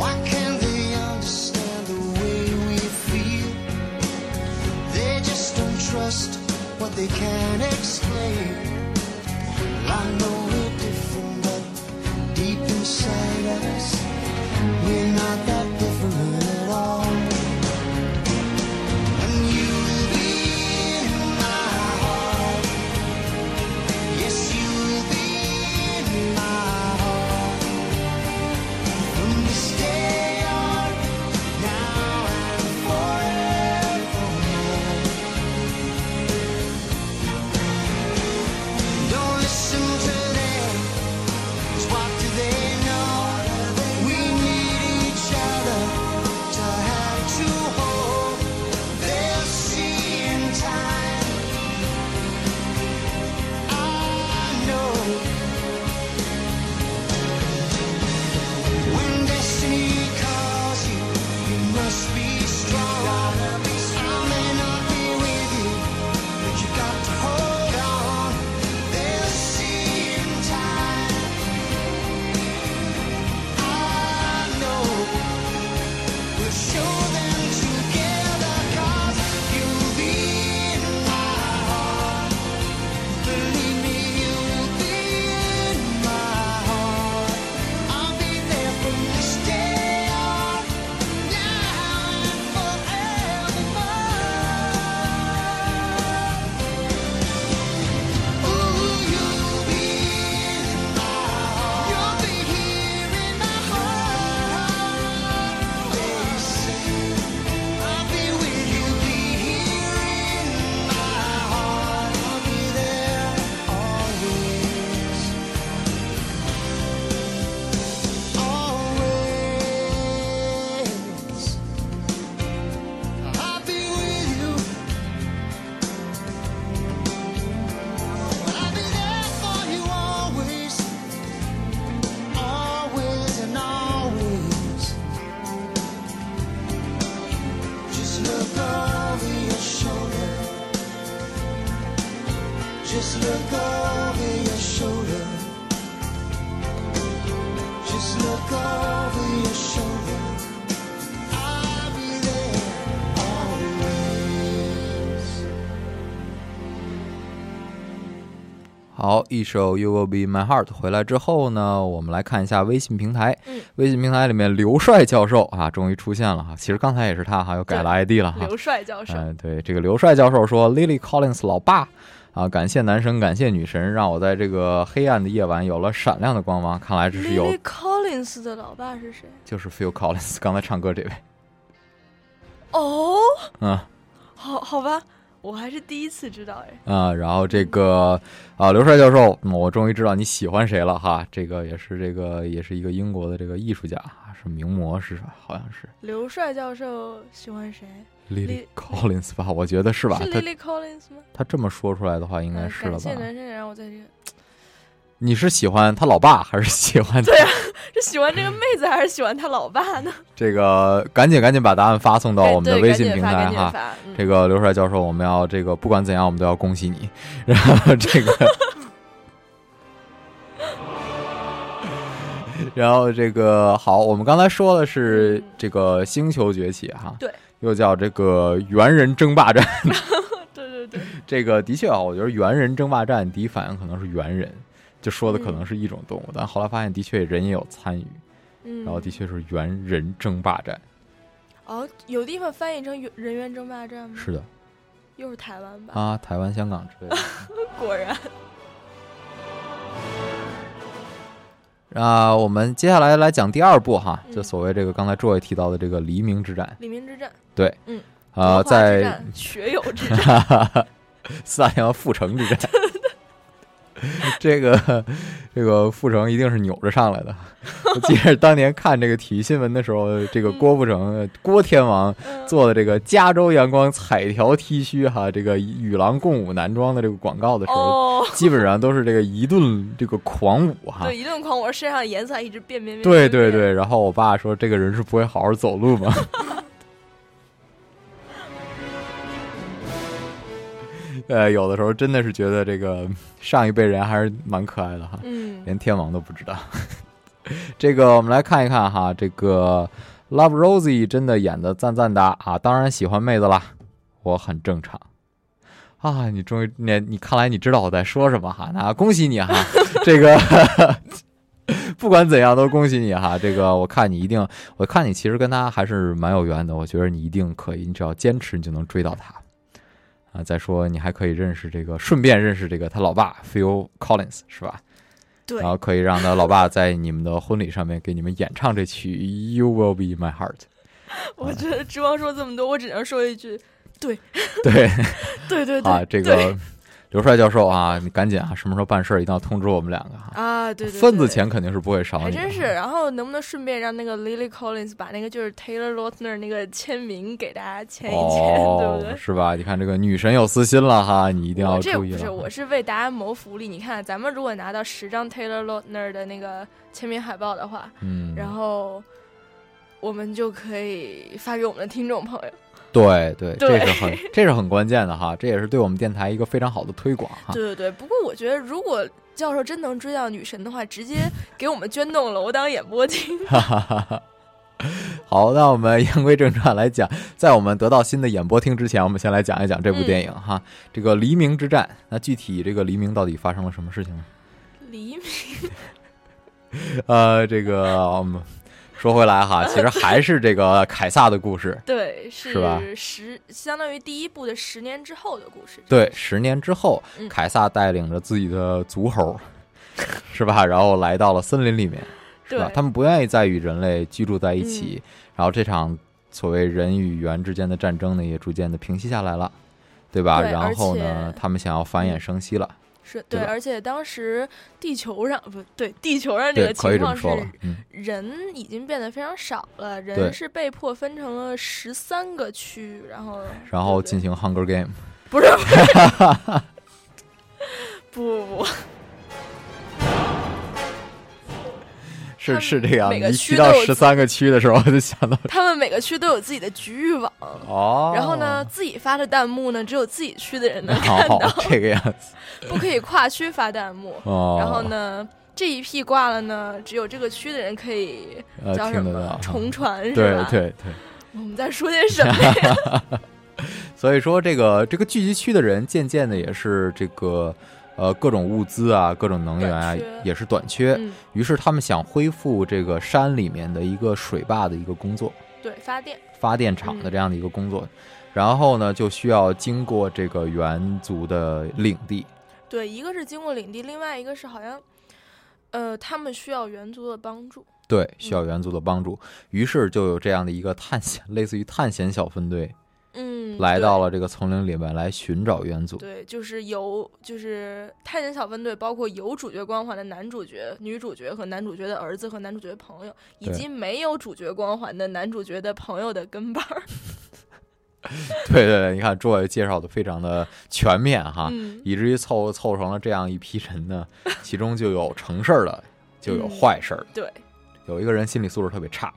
Speaker 7: Why can't they understand the way we feel? They just don't trust what they can't explain. I know we're different, but deep inside us, we're not that different at all. And you'll be in my heart. Yes, you'll be in my heart. From this day on, now and forevermore. look over your shoulder. Just look over your shoulder. Just look over your shoulder. I'll be there always.
Speaker 5: 好，一首《You Will Be My Heart》回来之后呢，我们来看一下微信平台。
Speaker 6: 嗯
Speaker 5: 微信平台里面，刘帅教授啊，终于出现了哈。其实刚才也是他哈，又改了 ID 了哈。
Speaker 6: 刘帅教授，
Speaker 5: 嗯，对，这个刘帅教授说，Lily Collins 老爸啊，感谢男神，感谢女神，让我在这个黑暗的夜晚有了闪亮的光芒。看来这是有
Speaker 6: Lily，Collins 的老爸是谁？
Speaker 5: 就是 Phil Collins 刚才唱歌这位，
Speaker 6: 哦，
Speaker 5: 嗯。
Speaker 6: 好好吧，我还是第一次知道哎。
Speaker 5: 啊、然后这个啊、刘帅教授，嗯我终于知道你喜欢谁了哈。这个也是这个也是一个英国的这个艺术家，是名模是吧？好像是
Speaker 6: 刘帅教授喜欢谁？
Speaker 5: Lily
Speaker 6: Lily-
Speaker 5: Collins 吧？我觉得是吧？
Speaker 6: 是
Speaker 5: 他
Speaker 6: Lily Collins 吗？
Speaker 5: 他这么说出来的话，应该
Speaker 6: 嗯
Speaker 5: 是了
Speaker 6: 感
Speaker 5: 吧
Speaker 6: 谢？男神也让我在这个，
Speaker 5: 你是喜欢他老爸还是喜欢他
Speaker 6: 对啊，是喜欢这个妹子还是喜欢他老爸呢？
Speaker 5: 这个？赶紧赶紧把答案发送到
Speaker 6: 哎
Speaker 5: 我们的
Speaker 6: 对
Speaker 5: 微
Speaker 6: 赶
Speaker 5: 信
Speaker 6: 紧
Speaker 5: 平
Speaker 6: 发
Speaker 5: 台
Speaker 6: 赶紧
Speaker 5: 哈。
Speaker 6: 发嗯
Speaker 5: 这个刘帅教授，我们要这个不管怎样，我们都要恭喜你。然后这个，然后这个好，我们刚才说的是这个星球崛起哈，
Speaker 6: 对，
Speaker 5: 又叫这个猿人争霸战。
Speaker 6: 对对对，
Speaker 5: 这个的确啊，我觉得猿人争霸战第一反应可能是猿人，就说的可能是一种动物，但后来发现的确人也有参与，
Speaker 6: 嗯，
Speaker 5: 然后的确是猿人争霸战。
Speaker 6: 哦，有地方翻译成人人员争霸战吗？
Speaker 5: 是的
Speaker 6: 又是台湾吧？
Speaker 5: 啊，台湾、香港之类的。
Speaker 6: 果然，
Speaker 5: 啊，我们接下来来讲第二部哈，
Speaker 6: 嗯
Speaker 5: 就所谓这个刚才诸位提到的这个黎明之战，
Speaker 6: 李明之战、
Speaker 5: 对，
Speaker 6: 嗯，
Speaker 5: 啊、
Speaker 6: 文化之
Speaker 5: 在
Speaker 6: 战学友之
Speaker 5: [LAUGHS]
Speaker 6: 战，
Speaker 5: 四大天王复城之战， [LAUGHS] 这个这个复城一定是扭着上来
Speaker 6: [LAUGHS]
Speaker 5: 的。我记得当年看这个体育新闻的时候，这个郭富城、郭天王
Speaker 6: 嗯
Speaker 5: 做的这个加州阳光彩条 T 恤哈，这个与狼共舞男装的这个广告的时候，
Speaker 6: 哦，
Speaker 5: 基本上都是这个一顿这个狂舞哈。
Speaker 6: 对，一顿狂，我身上的颜色一直变变变。
Speaker 5: 啊对
Speaker 6: 变
Speaker 5: 对，对，然后我爸说这个人是不会好好走路吗？ [LAUGHS] 呃，有的时候真的是觉得这个上一辈人还是蛮可爱的哈，
Speaker 6: 嗯，
Speaker 5: 连天王都不知道。 [LAUGHS] 这个我们来看一看哈，这个 Love Rosie 真的演的赞赞哒啊，当然喜欢妹子啦，我很正常。啊，你终于你你看来你知道我在说什么哈，那恭喜你哈， [LAUGHS] 这个不管怎样都恭喜你哈，这个我看你一定，我看你其实跟他还是蛮有缘的，我觉得你一定可以，你只要坚持你就能追到他。啊，再说你还可以认识这个，顺便认识这个他老爸 Phil Collins 是吧？
Speaker 6: 对
Speaker 5: 然后可以让他老爸在你们的婚礼上面给你们演唱这曲《You Will Be My Heart》。
Speaker 6: 我觉得之光说这么多，我只能说一句，
Speaker 5: [LAUGHS] 对，
Speaker 6: 对对对，
Speaker 5: 啊，这
Speaker 6: 对
Speaker 5: 个刘帅教授啊，你赶紧啊，什么时候办事儿一定要通知我们两个哈。
Speaker 6: 啊，对对，
Speaker 5: 份子
Speaker 6: 对。
Speaker 5: 钱肯定是不会少你的，
Speaker 6: 还真是，然后能不能顺便让那个 Lily Collins 把那个就是 Taylor Lautner 那个签名给大家签一签，
Speaker 5: 哦，
Speaker 6: 对不对？
Speaker 5: 是吧？你看这个女神有私心了哈，你一定要
Speaker 6: 我这
Speaker 5: 注意
Speaker 6: 不
Speaker 5: 了
Speaker 6: 是，我是为大家谋福利。你看，咱们如果拿到十张 Taylor Lautner 的那个签名海报的话，
Speaker 5: 嗯，
Speaker 6: 然后我们就可以发给我们的听众朋友。
Speaker 5: 对对，
Speaker 6: 对
Speaker 5: 这是很这是很关键的哈，这也是对我们电台一个非常好的推广哈。
Speaker 6: 对对对，不过我觉得如果教授真能追到女神的话，直接给我们捐栋楼当演播厅。
Speaker 5: 哈哈哈哈。 [LAUGHS] 好，那我们言归正传来讲，在我们得到新的演播厅之前，我们先来讲一讲这部电影、哈，这个《黎明之战》。那具体这个黎明到底发生了什么事情呢？
Speaker 6: [LAUGHS] 黎明，
Speaker 5: 呃，这个我们、说回来哈，其实还是这个凯撒的故事。
Speaker 6: 对，
Speaker 5: 是吧
Speaker 6: 是十，相当于第一部的十年之后的故事。
Speaker 5: 对，十年之后，
Speaker 6: 嗯
Speaker 5: 凯撒带领着自己的族猴， [LAUGHS] 是吧？然后来到了森林里面，是吧？
Speaker 6: 对嗯
Speaker 5: 他们不愿意再与人类居住在一起，然后这场所谓人与猿之间的战争呢，也逐渐的平息下来了，对吧？
Speaker 6: 对
Speaker 5: 然后呢
Speaker 6: 而且，嗯
Speaker 5: 他们想要繁衍生息了，
Speaker 6: 是
Speaker 5: 对
Speaker 6: 对，
Speaker 5: 吧
Speaker 6: 而且当时地球上不对，地球上
Speaker 5: 对，
Speaker 6: 这个
Speaker 5: 可以
Speaker 6: 情
Speaker 5: 这么
Speaker 6: 况是
Speaker 5: 说了，嗯，
Speaker 6: 人已经变得非常少了，
Speaker 5: 对
Speaker 6: 人是被迫分成了十三个区，然后
Speaker 5: 然后
Speaker 6: 对
Speaker 5: 进行 Hunger Game。
Speaker 6: 不对不是不不不，他
Speaker 5: 是
Speaker 6: 们
Speaker 5: 是这样。
Speaker 6: 每个
Speaker 5: 你一
Speaker 6: 区
Speaker 5: 提
Speaker 6: 都
Speaker 5: 到
Speaker 6: 有自
Speaker 5: 十三个区的时候，我就想到
Speaker 6: 他们每个区都有自己的局域网，
Speaker 5: 哦。
Speaker 6: [LAUGHS] 然后呢，？自己发的弹幕呢，只有自己区的
Speaker 5: [LAUGHS]
Speaker 6: 人能 [LAUGHS] 看
Speaker 5: 好
Speaker 6: 到，，
Speaker 5: 哦这个样子
Speaker 6: 不可以跨区发弹幕。
Speaker 5: 哦。
Speaker 6: 然后？呢，这一批挂了呢，只有这个区的人可以
Speaker 5: 呃，
Speaker 6: 叫什
Speaker 5: 听得
Speaker 6: 么
Speaker 5: 到。
Speaker 6: 重传是
Speaker 5: 对
Speaker 6: 吧？
Speaker 5: 对对，
Speaker 6: 我们在说点
Speaker 5: [LAUGHS]
Speaker 6: 什么呀？
Speaker 5: 所以说这个这个聚集区的人，渐渐的也是这个呃各种物资啊，各种能源啊
Speaker 6: 短缺，
Speaker 5: 也是短缺。
Speaker 6: 嗯，
Speaker 5: 于是他们想恢复这个山里面的一个水坝的一个工作，
Speaker 6: 对，发电，
Speaker 5: 发电厂
Speaker 6: 嗯
Speaker 5: 的这样的一个工作。然后呢，就需要经过这个原族的领地，
Speaker 6: 对，一个是经过领地，另外一个是好像，呃，他们需要援族的帮助。
Speaker 5: 对，需要援族的帮助。于是就有这样的一个探险， [LAUGHS] 类似于探险小分队，
Speaker 6: 嗯，
Speaker 5: 来
Speaker 6: 对
Speaker 5: 到了这个丛林里面来寻找元祖。
Speaker 6: 对，就是由就是探险小分队，包括有主角光环的男主角、女主角和男主角的儿子和男主角的朋友，以
Speaker 5: 对
Speaker 6: 及没有主角光环的男主角的朋友的跟班儿。
Speaker 5: 对对对，你看诸位介绍的非常的全面哈，
Speaker 6: 嗯，
Speaker 5: 以至于凑凑成了这样一批人呢，其中就有成事儿的，就
Speaker 6: 嗯
Speaker 5: 有坏事儿的。
Speaker 6: 对，
Speaker 5: 有一个人心理素质特别差，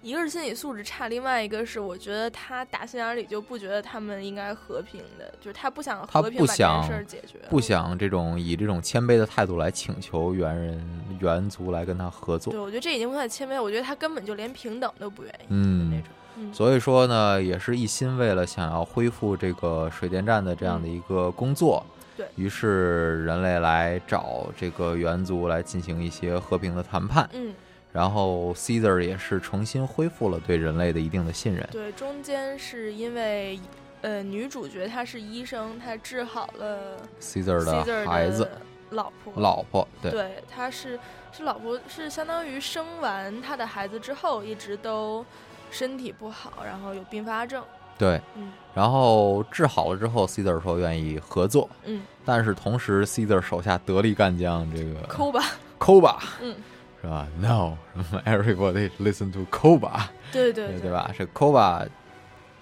Speaker 6: 一个是心理素质差，另外一个是我觉得他打心眼儿里就不觉得他们应该和平的，就是他不想
Speaker 5: 他
Speaker 6: 和平
Speaker 5: 不
Speaker 6: 把这件
Speaker 5: 想
Speaker 6: 事儿解决。
Speaker 5: 不想这种以这种谦卑的态度来请求猿人猿族来跟他合作
Speaker 6: 对，。我觉得这已经不算谦卑，我觉得他根本就连平等都不愿意的那
Speaker 5: 嗯
Speaker 6: 种。，嗯，
Speaker 5: 所以说呢，也是一心为了想要恢复这个水电站的这样的一个工作，
Speaker 6: 嗯对
Speaker 5: 于是人类来找这个猿族来进行一些和平的谈判，
Speaker 6: 嗯，
Speaker 5: 然后 Caesar 也是重新恢复了对人类的一定的信任，
Speaker 6: 对，中间是因为呃女主角她是医生，她治好了
Speaker 5: Caesar 的
Speaker 6: Caesar
Speaker 5: 孩子、
Speaker 6: 的老婆，
Speaker 5: 老婆，对
Speaker 6: 对，她是是老婆是相当于生完她的孩子之后，一直都身体不好，然后有并发症，
Speaker 5: 对
Speaker 6: 嗯
Speaker 5: 然后治好了之后，Caesar 说愿意合作，
Speaker 6: 嗯，
Speaker 5: 但是同时 Caesar 手下得力干将这个
Speaker 6: 抠吧，
Speaker 5: Koba
Speaker 6: 嗯，
Speaker 5: 是吧？No，什 [LAUGHS] 么 everybody listen to Koba。
Speaker 6: 对对
Speaker 5: 对吧？是 Koba，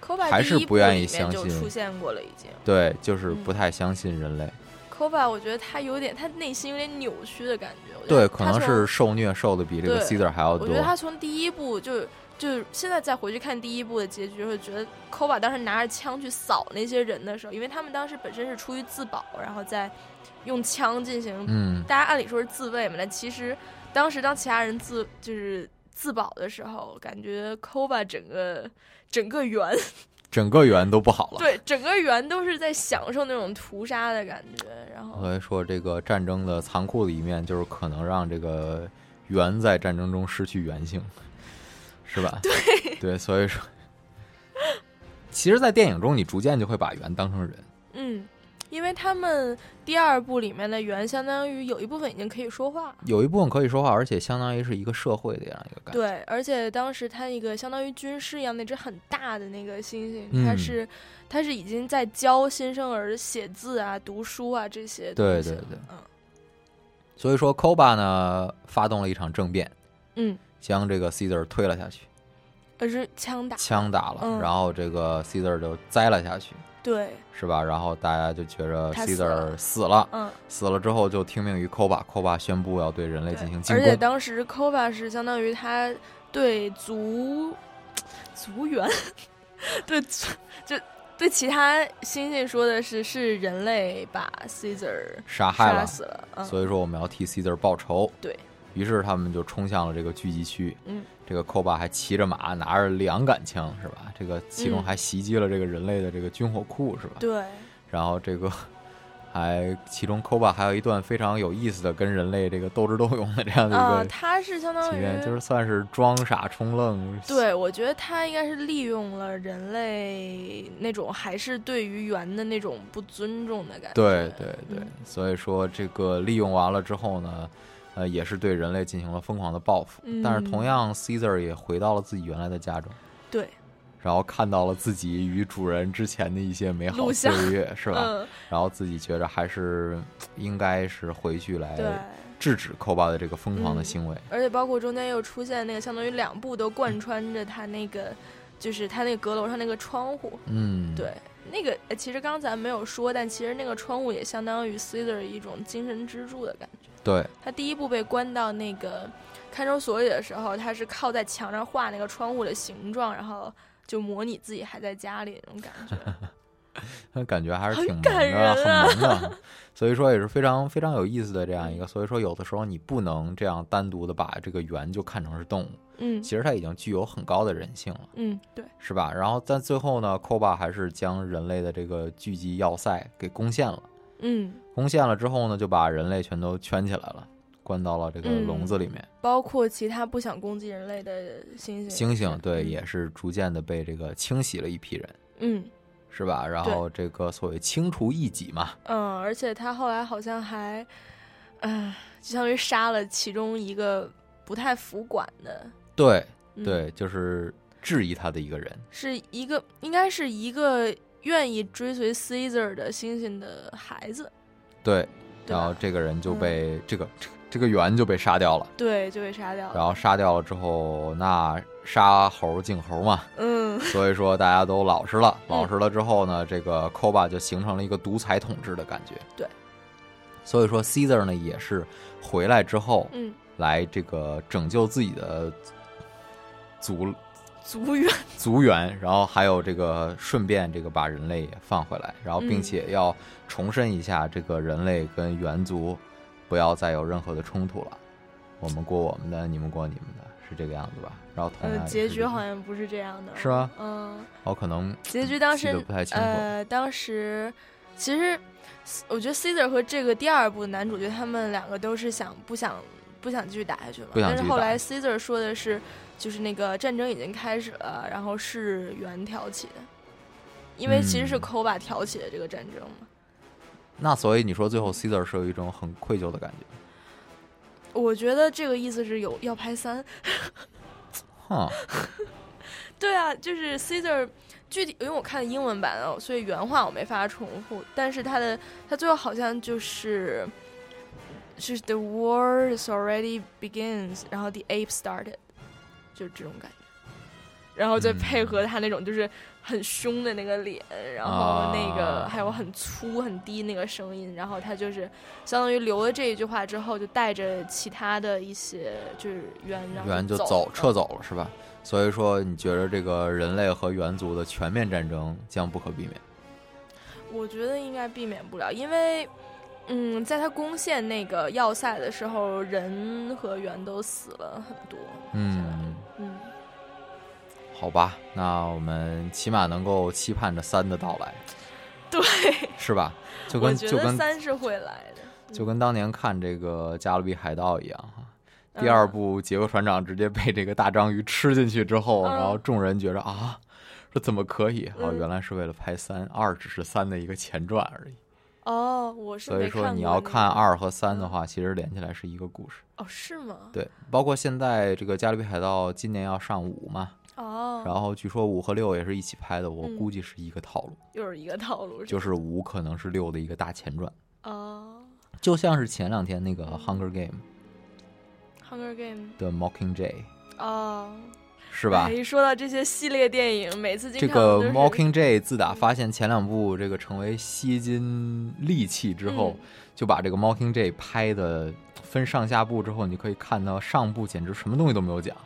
Speaker 6: ？Koba
Speaker 5: 还
Speaker 6: 第
Speaker 5: 是
Speaker 6: 一
Speaker 5: 不
Speaker 6: 部
Speaker 5: 愿
Speaker 6: 里
Speaker 5: 意
Speaker 6: 面
Speaker 5: 相
Speaker 6: 就
Speaker 5: 信
Speaker 6: 出现过了已经。
Speaker 5: 对，就是
Speaker 6: 嗯
Speaker 5: 不太相信人类。
Speaker 6: Koba 我觉得他有点，他内心有点扭曲的感觉。我觉
Speaker 5: 对，
Speaker 6: 得
Speaker 5: 可
Speaker 6: 他
Speaker 5: 能
Speaker 6: 从
Speaker 5: 是受虐受的比这个
Speaker 6: 对
Speaker 5: Caesar 还要
Speaker 6: 我
Speaker 5: 多
Speaker 6: 觉。得他从第一部就就现在再回去看第一部的结局，会觉得 Koba 当时拿着枪去扫那些人的时候，因为他们当时本身是出于自保，然后再用枪进行，
Speaker 5: 嗯，
Speaker 6: 大家按理说是自卫嘛，但其实当时当其他人自就是自保的时候，感觉 Koba 整个整个圆，
Speaker 5: 整个圆都不好了。
Speaker 6: 对，整个圆都是在享受那种屠杀的感觉，然后
Speaker 5: 所以说，这个战争的残酷的一面，就是可能让这个圆在战争中失去原性，是吧？对对，所以说，其实，在电影中，你逐渐就会把圆当成人。
Speaker 6: 嗯。因为他们第二部里面的圆，相当于有一部分已经可以说话了，
Speaker 5: 有一部分可以说话，而且相当于是一个社会的这样一个感觉。
Speaker 6: 对，而且当时他一个相当于军师一样那只很大的那个猩猩，
Speaker 5: 嗯
Speaker 6: 他是他是已经在教新生儿写字啊、读书啊这些东
Speaker 5: 对
Speaker 6: 西
Speaker 5: 对
Speaker 6: 了
Speaker 5: 对
Speaker 6: 嗯
Speaker 5: 所以说，Koba 呢发动了一场政变，
Speaker 6: 嗯，
Speaker 5: 将这个 Caesar 推了下去。
Speaker 6: 而是枪打，
Speaker 5: 枪打了，
Speaker 6: 嗯
Speaker 5: 然后这个 Caesar 就栽了下去，
Speaker 6: 对，
Speaker 5: 是吧？然后大家就觉着
Speaker 6: 他死了
Speaker 5: Caesar 死了，
Speaker 6: 嗯，
Speaker 5: 死了之后就听命于 Koba，Koba 宣布要对人类
Speaker 6: 对
Speaker 5: 进行进
Speaker 6: 而且
Speaker 5: 攻，
Speaker 6: 当时 Koba 是相当于他对族族员， [LAUGHS] 对族就对其他猩猩说的是是人类把 Caesar
Speaker 5: 杀害
Speaker 6: 杀
Speaker 5: 了。
Speaker 6: 死了，嗯，
Speaker 5: 所以说我们要替 Caesar 报仇。
Speaker 6: 对
Speaker 5: 于是他们就冲向了这个聚集区。
Speaker 6: 嗯，
Speaker 5: 这个 Koba 还骑着马，拿着两杆枪，是吧？这个其中
Speaker 6: 嗯
Speaker 5: 还袭击了这个人类的这个军火库，是吧？
Speaker 6: 对。
Speaker 5: 然后这个 [LAUGHS] 还其中 Koba 还有一段非常有意思的跟人类这个斗智斗勇的这样的一
Speaker 6: 啊、
Speaker 5: 个
Speaker 6: 他是相当
Speaker 5: 体
Speaker 6: 于
Speaker 5: 验，就是算是装傻充愣。
Speaker 6: 对，我觉得他应该是利用了人类那种还是对于猿的那种不尊重的感觉。
Speaker 5: 对对对
Speaker 6: 嗯，
Speaker 5: 所以说这个利用完了之后呢，呃，也是对人类进行了疯狂的报复。但是同
Speaker 6: 嗯
Speaker 5: 样，Caesar 也回到了自己原来的家中，
Speaker 6: 对，
Speaker 5: 然后看到了自己与主人之前的一些美好
Speaker 6: 录
Speaker 5: 岁
Speaker 6: 像
Speaker 5: 月，是吧？
Speaker 6: 嗯，
Speaker 5: 然后自己觉着还是应该是回去来
Speaker 6: 对。
Speaker 5: 制止 Koba 的这个疯狂的
Speaker 6: 嗯
Speaker 5: 行为。
Speaker 6: 而且包括中间又出现那个，相当于两部都贯穿着他那个，就是他那个阁楼上那个窗户。
Speaker 5: 嗯，
Speaker 6: 对，那个呃其实刚才没有说，但其实那个窗户也相当于 Caesar 一种精神支柱的感觉。
Speaker 5: 对
Speaker 6: 他第一部被关到那个看守所里的时候，他是靠在墙上画那个窗户的形状，然后就模拟自己还在家里那种感觉。
Speaker 5: 那感觉还是
Speaker 6: 很
Speaker 5: 挺萌
Speaker 6: 感
Speaker 5: 的，
Speaker 6: 人啊嗯
Speaker 5: 很萌的， [LAUGHS] 所以说也是非常非常有意思的这样一个。所以说有的时候你不能这样单独的把这个猿就看成是动物，
Speaker 6: 嗯
Speaker 5: 其实它已经具有很高的人性了，
Speaker 6: 嗯，对，
Speaker 5: 是吧？然后但最后呢，Koba 还是将人类的这个聚集要塞给攻陷了，
Speaker 6: 嗯，
Speaker 5: 攻陷了之后呢，就把人类全都圈起来了，关到了这个
Speaker 6: 嗯
Speaker 5: 笼子里面。
Speaker 6: 包括其他不想攻击人类的猩猩，
Speaker 5: 猩猩对
Speaker 6: 嗯
Speaker 5: 也是逐渐的被这个清洗了一批人，
Speaker 6: 嗯
Speaker 5: 是吧？然后这个所谓清除异己嘛，
Speaker 6: 嗯，而且他后来好像还，唉，就相当于杀了其中一个不太服管的，
Speaker 5: 对
Speaker 6: 嗯、
Speaker 5: 对，就是质疑他的一个人。
Speaker 6: 是一个应该是一个愿意追随 Caesar 的猩猩的孩子，
Speaker 5: 对，
Speaker 6: 对
Speaker 5: 然后
Speaker 6: 吧？
Speaker 5: 这个人就
Speaker 6: 嗯
Speaker 5: 被、这个这个这个猿就被杀掉了。
Speaker 6: 对，就被杀掉
Speaker 5: 然
Speaker 6: 了。
Speaker 5: 后杀掉了之后，那杀猴儆猴嘛， [LAUGHS]
Speaker 6: 嗯
Speaker 5: 所以说大家都老实了。
Speaker 6: 嗯
Speaker 5: 老实了之后呢，这个 Koba 就形成了一个独裁统治的感觉。
Speaker 6: 对，
Speaker 5: 所以说 Caesar 呢也是回来之后
Speaker 6: 嗯，
Speaker 5: 来这个拯救自己的族
Speaker 6: 足远，
Speaker 5: 族源，然后还有这个顺便这个把人类也放回来，然后
Speaker 6: 嗯
Speaker 5: 并且要重申一下，这个人类跟猿族不要再有任何的冲突了，我们过我们的，你们过你们的，是这个样子吧？然后同
Speaker 6: 呃
Speaker 5: 样，也
Speaker 6: 结
Speaker 5: 哎是
Speaker 6: 局
Speaker 5: 这
Speaker 6: 好
Speaker 5: 样
Speaker 6: 像不是这样的，
Speaker 5: 是啊吗？
Speaker 6: 嗯，
Speaker 5: 我可能
Speaker 6: 结局当时
Speaker 5: 记得不太清楚，
Speaker 6: 呃，当时其实我觉得 Caesar 和这个第二部的男主角他们两个都是想不想不想继续打下去嘛，
Speaker 5: 不想
Speaker 6: 但是
Speaker 5: 继续
Speaker 6: 后
Speaker 5: 打
Speaker 6: 来 Caesar 说的是，就是那个战争已经开始了，然后是元挑起的，因为其实是
Speaker 5: 嗯
Speaker 6: Koba 挑起的这个战争嘛。
Speaker 5: 那所以你说最后 Caesar 是有一种很愧疚的感觉，
Speaker 6: 我觉得这个意思是有要拍三，
Speaker 5: 哼，
Speaker 6: 对啊，就是 Caesar 具体因为我看的英文版哦，所以原话我没法重复，但是他的他最后好像就是是 The war is already begins，然后 The ape started，就是这种感觉，然后再
Speaker 5: 嗯
Speaker 6: 配合他那种就是很凶的那个脸，然后那个、
Speaker 5: 啊
Speaker 6: 还有很粗很低那个声音，然后他就是相当于留了这一句话之后，就带着其他的一些就是猿，然后
Speaker 5: 猿就
Speaker 6: 走
Speaker 5: 走
Speaker 6: 了
Speaker 5: 撤走了是吧？所以说你觉得这个人类和猿族的全面战争将不可避免？
Speaker 6: 我觉得应该避免不了，因为，嗯，在他攻陷那个要塞的时候，人和猿都死了很多。
Speaker 5: 嗯。
Speaker 6: 嗯，
Speaker 5: 好吧，那我们起码能够期盼着三的到来，
Speaker 6: 对，
Speaker 5: 是吧？就
Speaker 6: 我
Speaker 5: 跟
Speaker 6: 觉
Speaker 5: 就
Speaker 6: 得
Speaker 5: 跟
Speaker 6: 三是会来的。
Speaker 5: 就跟当年看这个《加勒比海盗》一样哈，
Speaker 6: 嗯
Speaker 5: 第二部杰克船长直接被这个大章鱼吃进去之后，
Speaker 6: 嗯
Speaker 5: 然后众人觉着啊，这怎么可以？哦，
Speaker 6: 嗯
Speaker 5: 原来是为了拍三，二只是三的一个前传而已。
Speaker 6: 哦，我是
Speaker 5: 所以
Speaker 6: 没
Speaker 5: 说
Speaker 6: 过
Speaker 5: 你要
Speaker 6: 那个嗯
Speaker 5: 看二和三的话，其实连起来是一个故事。
Speaker 6: 哦，是吗？
Speaker 5: 对，包括现在这个《加勒比海盗》今年要上五嘛，
Speaker 6: 哦，
Speaker 5: 然后据说五和六也是一起拍的，我
Speaker 6: 嗯
Speaker 5: 估计是一个套路。
Speaker 6: 又是一个套路，
Speaker 5: 就是是五可能是六的一个大前传，
Speaker 6: 吧哦，
Speaker 5: 就像是前两天那
Speaker 6: 嗯
Speaker 5: 个《Hunger Game
Speaker 6: 《Hunger Game》
Speaker 5: 的 Mockingjay，
Speaker 6: 哦，
Speaker 5: 是吧
Speaker 6: 哎？一说到这些系列电影，每次经
Speaker 5: 这
Speaker 6: 看
Speaker 5: 个
Speaker 6: 我都是
Speaker 5: Mockingjay 自打发现前两部这个成为吸金利器之后，
Speaker 6: 嗯
Speaker 5: 就把这个 Mockingjay 拍的分上下部之后，你可以看到上部简直什么东西都没有讲，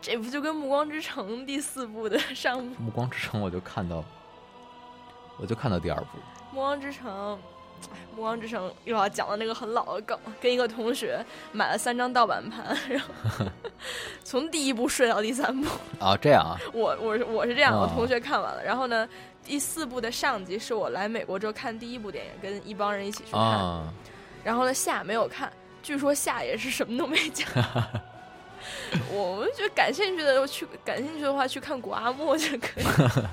Speaker 6: 这不就跟《暮光之城》第四部的上部
Speaker 5: 《暮光之城》我就看到，我就看到第二部，
Speaker 6: 《暮光之城》，哎，《暮光之城》又要讲到那个很老的梗，跟一个同学买了三张盗版盘，然后
Speaker 5: [LAUGHS]
Speaker 6: 从第一部睡到第三部。
Speaker 5: 啊，这样啊，
Speaker 6: 我我是我是这样，我
Speaker 5: 哦
Speaker 6: 同学看完了，然后呢，第四部的上集是我来美国之后看第一部电影，跟一帮人一起去看，
Speaker 5: 啊，
Speaker 6: 然后呢夏没有看，据说夏也是什么都没
Speaker 5: [LAUGHS]
Speaker 6: 讲。我们觉得感兴趣的去感兴趣的话去看古阿莫就
Speaker 5: [LAUGHS]
Speaker 6: 可以。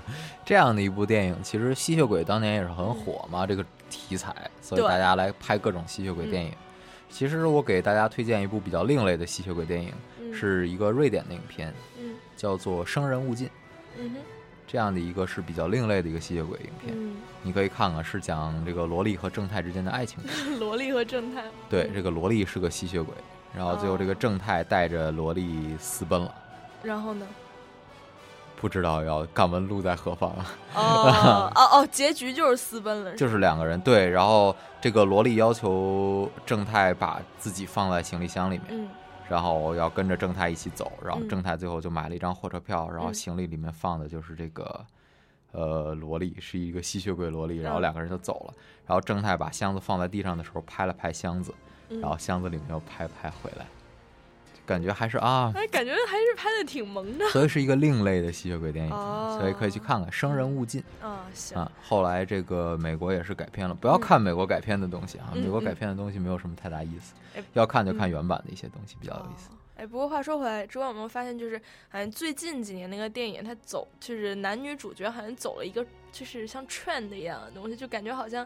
Speaker 5: 这样的一部电影，其实吸血鬼当年也是很火嘛，这个题材，所以
Speaker 6: 对嗯
Speaker 5: 大家来拍各种吸血鬼电影。其实我给大家推荐一部比较另类的吸血鬼电影，
Speaker 6: 嗯
Speaker 5: 是一个瑞典的影片，
Speaker 6: 嗯
Speaker 5: 叫做《生人勿近》，
Speaker 6: 嗯哼
Speaker 5: 这样的一个是比较另类的一个吸血鬼影片，
Speaker 6: 嗯，
Speaker 5: 你可以看看，是讲这个萝莉和正太之间的爱情故事。
Speaker 6: 嗯 [LAUGHS] 萝莉和正太。
Speaker 5: 对，这个萝莉是个吸血鬼，然后最后这个正太带着萝莉私奔了，
Speaker 6: 然后呢？
Speaker 5: 不知道要敢问路在何方啊。
Speaker 6: [LAUGHS] 哦哦哦，结局就是私奔了，是吧
Speaker 5: 就是两个人对，然后这个萝莉要求正太把自己放在行李箱里面，
Speaker 6: 嗯
Speaker 5: 然后我要跟着正太一起走，然后
Speaker 6: 嗯
Speaker 5: 正太最后就买了一张火车票，然后
Speaker 6: 嗯
Speaker 5: 行李里面放的就是这个。呃，萝莉是一个吸血鬼萝莉，然后
Speaker 6: 嗯
Speaker 5: 两个人就走了。然后正太把箱子放在地上的时候，拍了拍箱子，
Speaker 6: 嗯
Speaker 5: 然后箱子里面又拍拍回来，就感觉还是啊，
Speaker 6: 哎，感觉还是拍的挺萌的。
Speaker 5: 所以是一个另类的吸血鬼电影，
Speaker 6: 哦
Speaker 5: 所以可以去看看《生人勿近》
Speaker 6: 啊，行，
Speaker 5: 啊。后来这个美国也是改编了，不要看美国改编的东西啊，
Speaker 6: 嗯
Speaker 5: 美国改编的东西没有什么太大意思，
Speaker 6: 哎
Speaker 5: 要看就看原版的一些东西比较有意思。
Speaker 6: 哦哎，不过话说回来，之后有没有发现，就是好像最近几年那个电影，它走就是男女主角好像走了一个就是像 trend 一样的东西，就感觉好像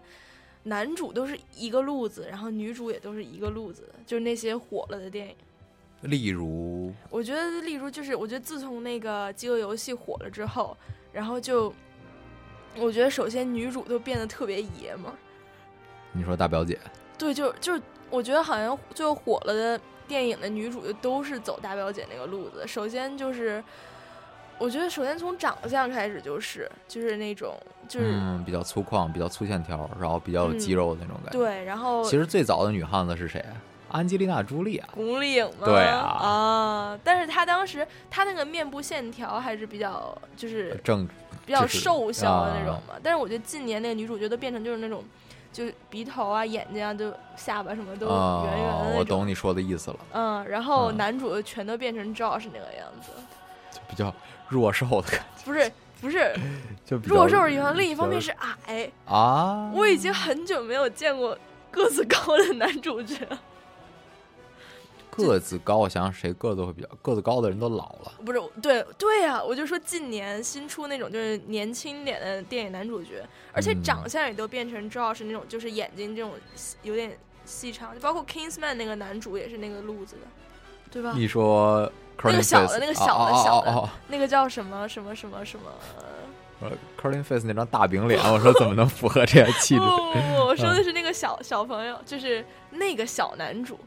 Speaker 6: 男主都是一个路子，然后女主也都是一个路子，就是那些火了的电影。哦
Speaker 5: 例如，
Speaker 6: 我觉得，例如就是，我觉得自从那个《饥饿游戏》火了之后，然后就，我觉得首先女主都变得特别爷们儿，
Speaker 5: 你说大表姐，
Speaker 6: 对，就就是我觉得好像最后火了的电影的女主就都是走大表姐那个路子。首先就是，我觉得首先从长相开始就是就是那种就是、
Speaker 5: 嗯，比较粗犷，比较粗线条，然后比较有
Speaker 6: 嗯
Speaker 5: 肌肉的那种感觉。
Speaker 6: 对，然后
Speaker 5: 其实最早的女汉子是谁啊？安吉丽娜·朱莉啊。
Speaker 6: 古岭嘛，
Speaker 5: 对啊
Speaker 6: 啊但是她当时她那个面部线条还是比较就是
Speaker 5: 正
Speaker 6: 比较
Speaker 5: 呃就是
Speaker 6: 瘦小的那种
Speaker 5: 啊
Speaker 6: 嘛。但是我觉得近年那个女主角都变成就是那种。就是鼻头啊、眼睛啊，就下巴什么都
Speaker 5: 啊
Speaker 6: 圆圆的那，种。
Speaker 5: 我懂你说的意思了，
Speaker 6: 嗯，然后
Speaker 5: 嗯
Speaker 6: 男主全都变成 Josh 那个样子，
Speaker 5: 就比较弱瘦的感觉，
Speaker 6: 不是不是
Speaker 5: 就 [COUGHS] 比较
Speaker 6: 弱瘦是一方，另一方面
Speaker 5: 比
Speaker 6: 是矮。
Speaker 5: 较啊，
Speaker 6: 我已经很久没有见过个子高的男主角，
Speaker 5: 个子高，我想想谁个子会比较个子高的人都老了，
Speaker 6: 不是对对呀、我就说近年新出那种就是年轻一点的电影男主角，而且
Speaker 5: 嗯
Speaker 6: 长相也都变成 Josh 那种，就是眼睛这种有点细长，就包括 Kingsman 那个男主也是那个路子的，对吧？
Speaker 5: 一说 Curling
Speaker 6: 那个小的
Speaker 5: Face，
Speaker 6: 那个小
Speaker 5: 哦
Speaker 6: 的
Speaker 5: 哦
Speaker 6: 小的
Speaker 5: 哦哦
Speaker 6: 那个叫什么什么什么什么？呃
Speaker 5: 哦，Curling Face 那张大饼脸，我说怎么能符合这样气质
Speaker 6: 不不不，哦我说的
Speaker 5: 嗯
Speaker 6: 是那个小小朋友，就是那个小男主。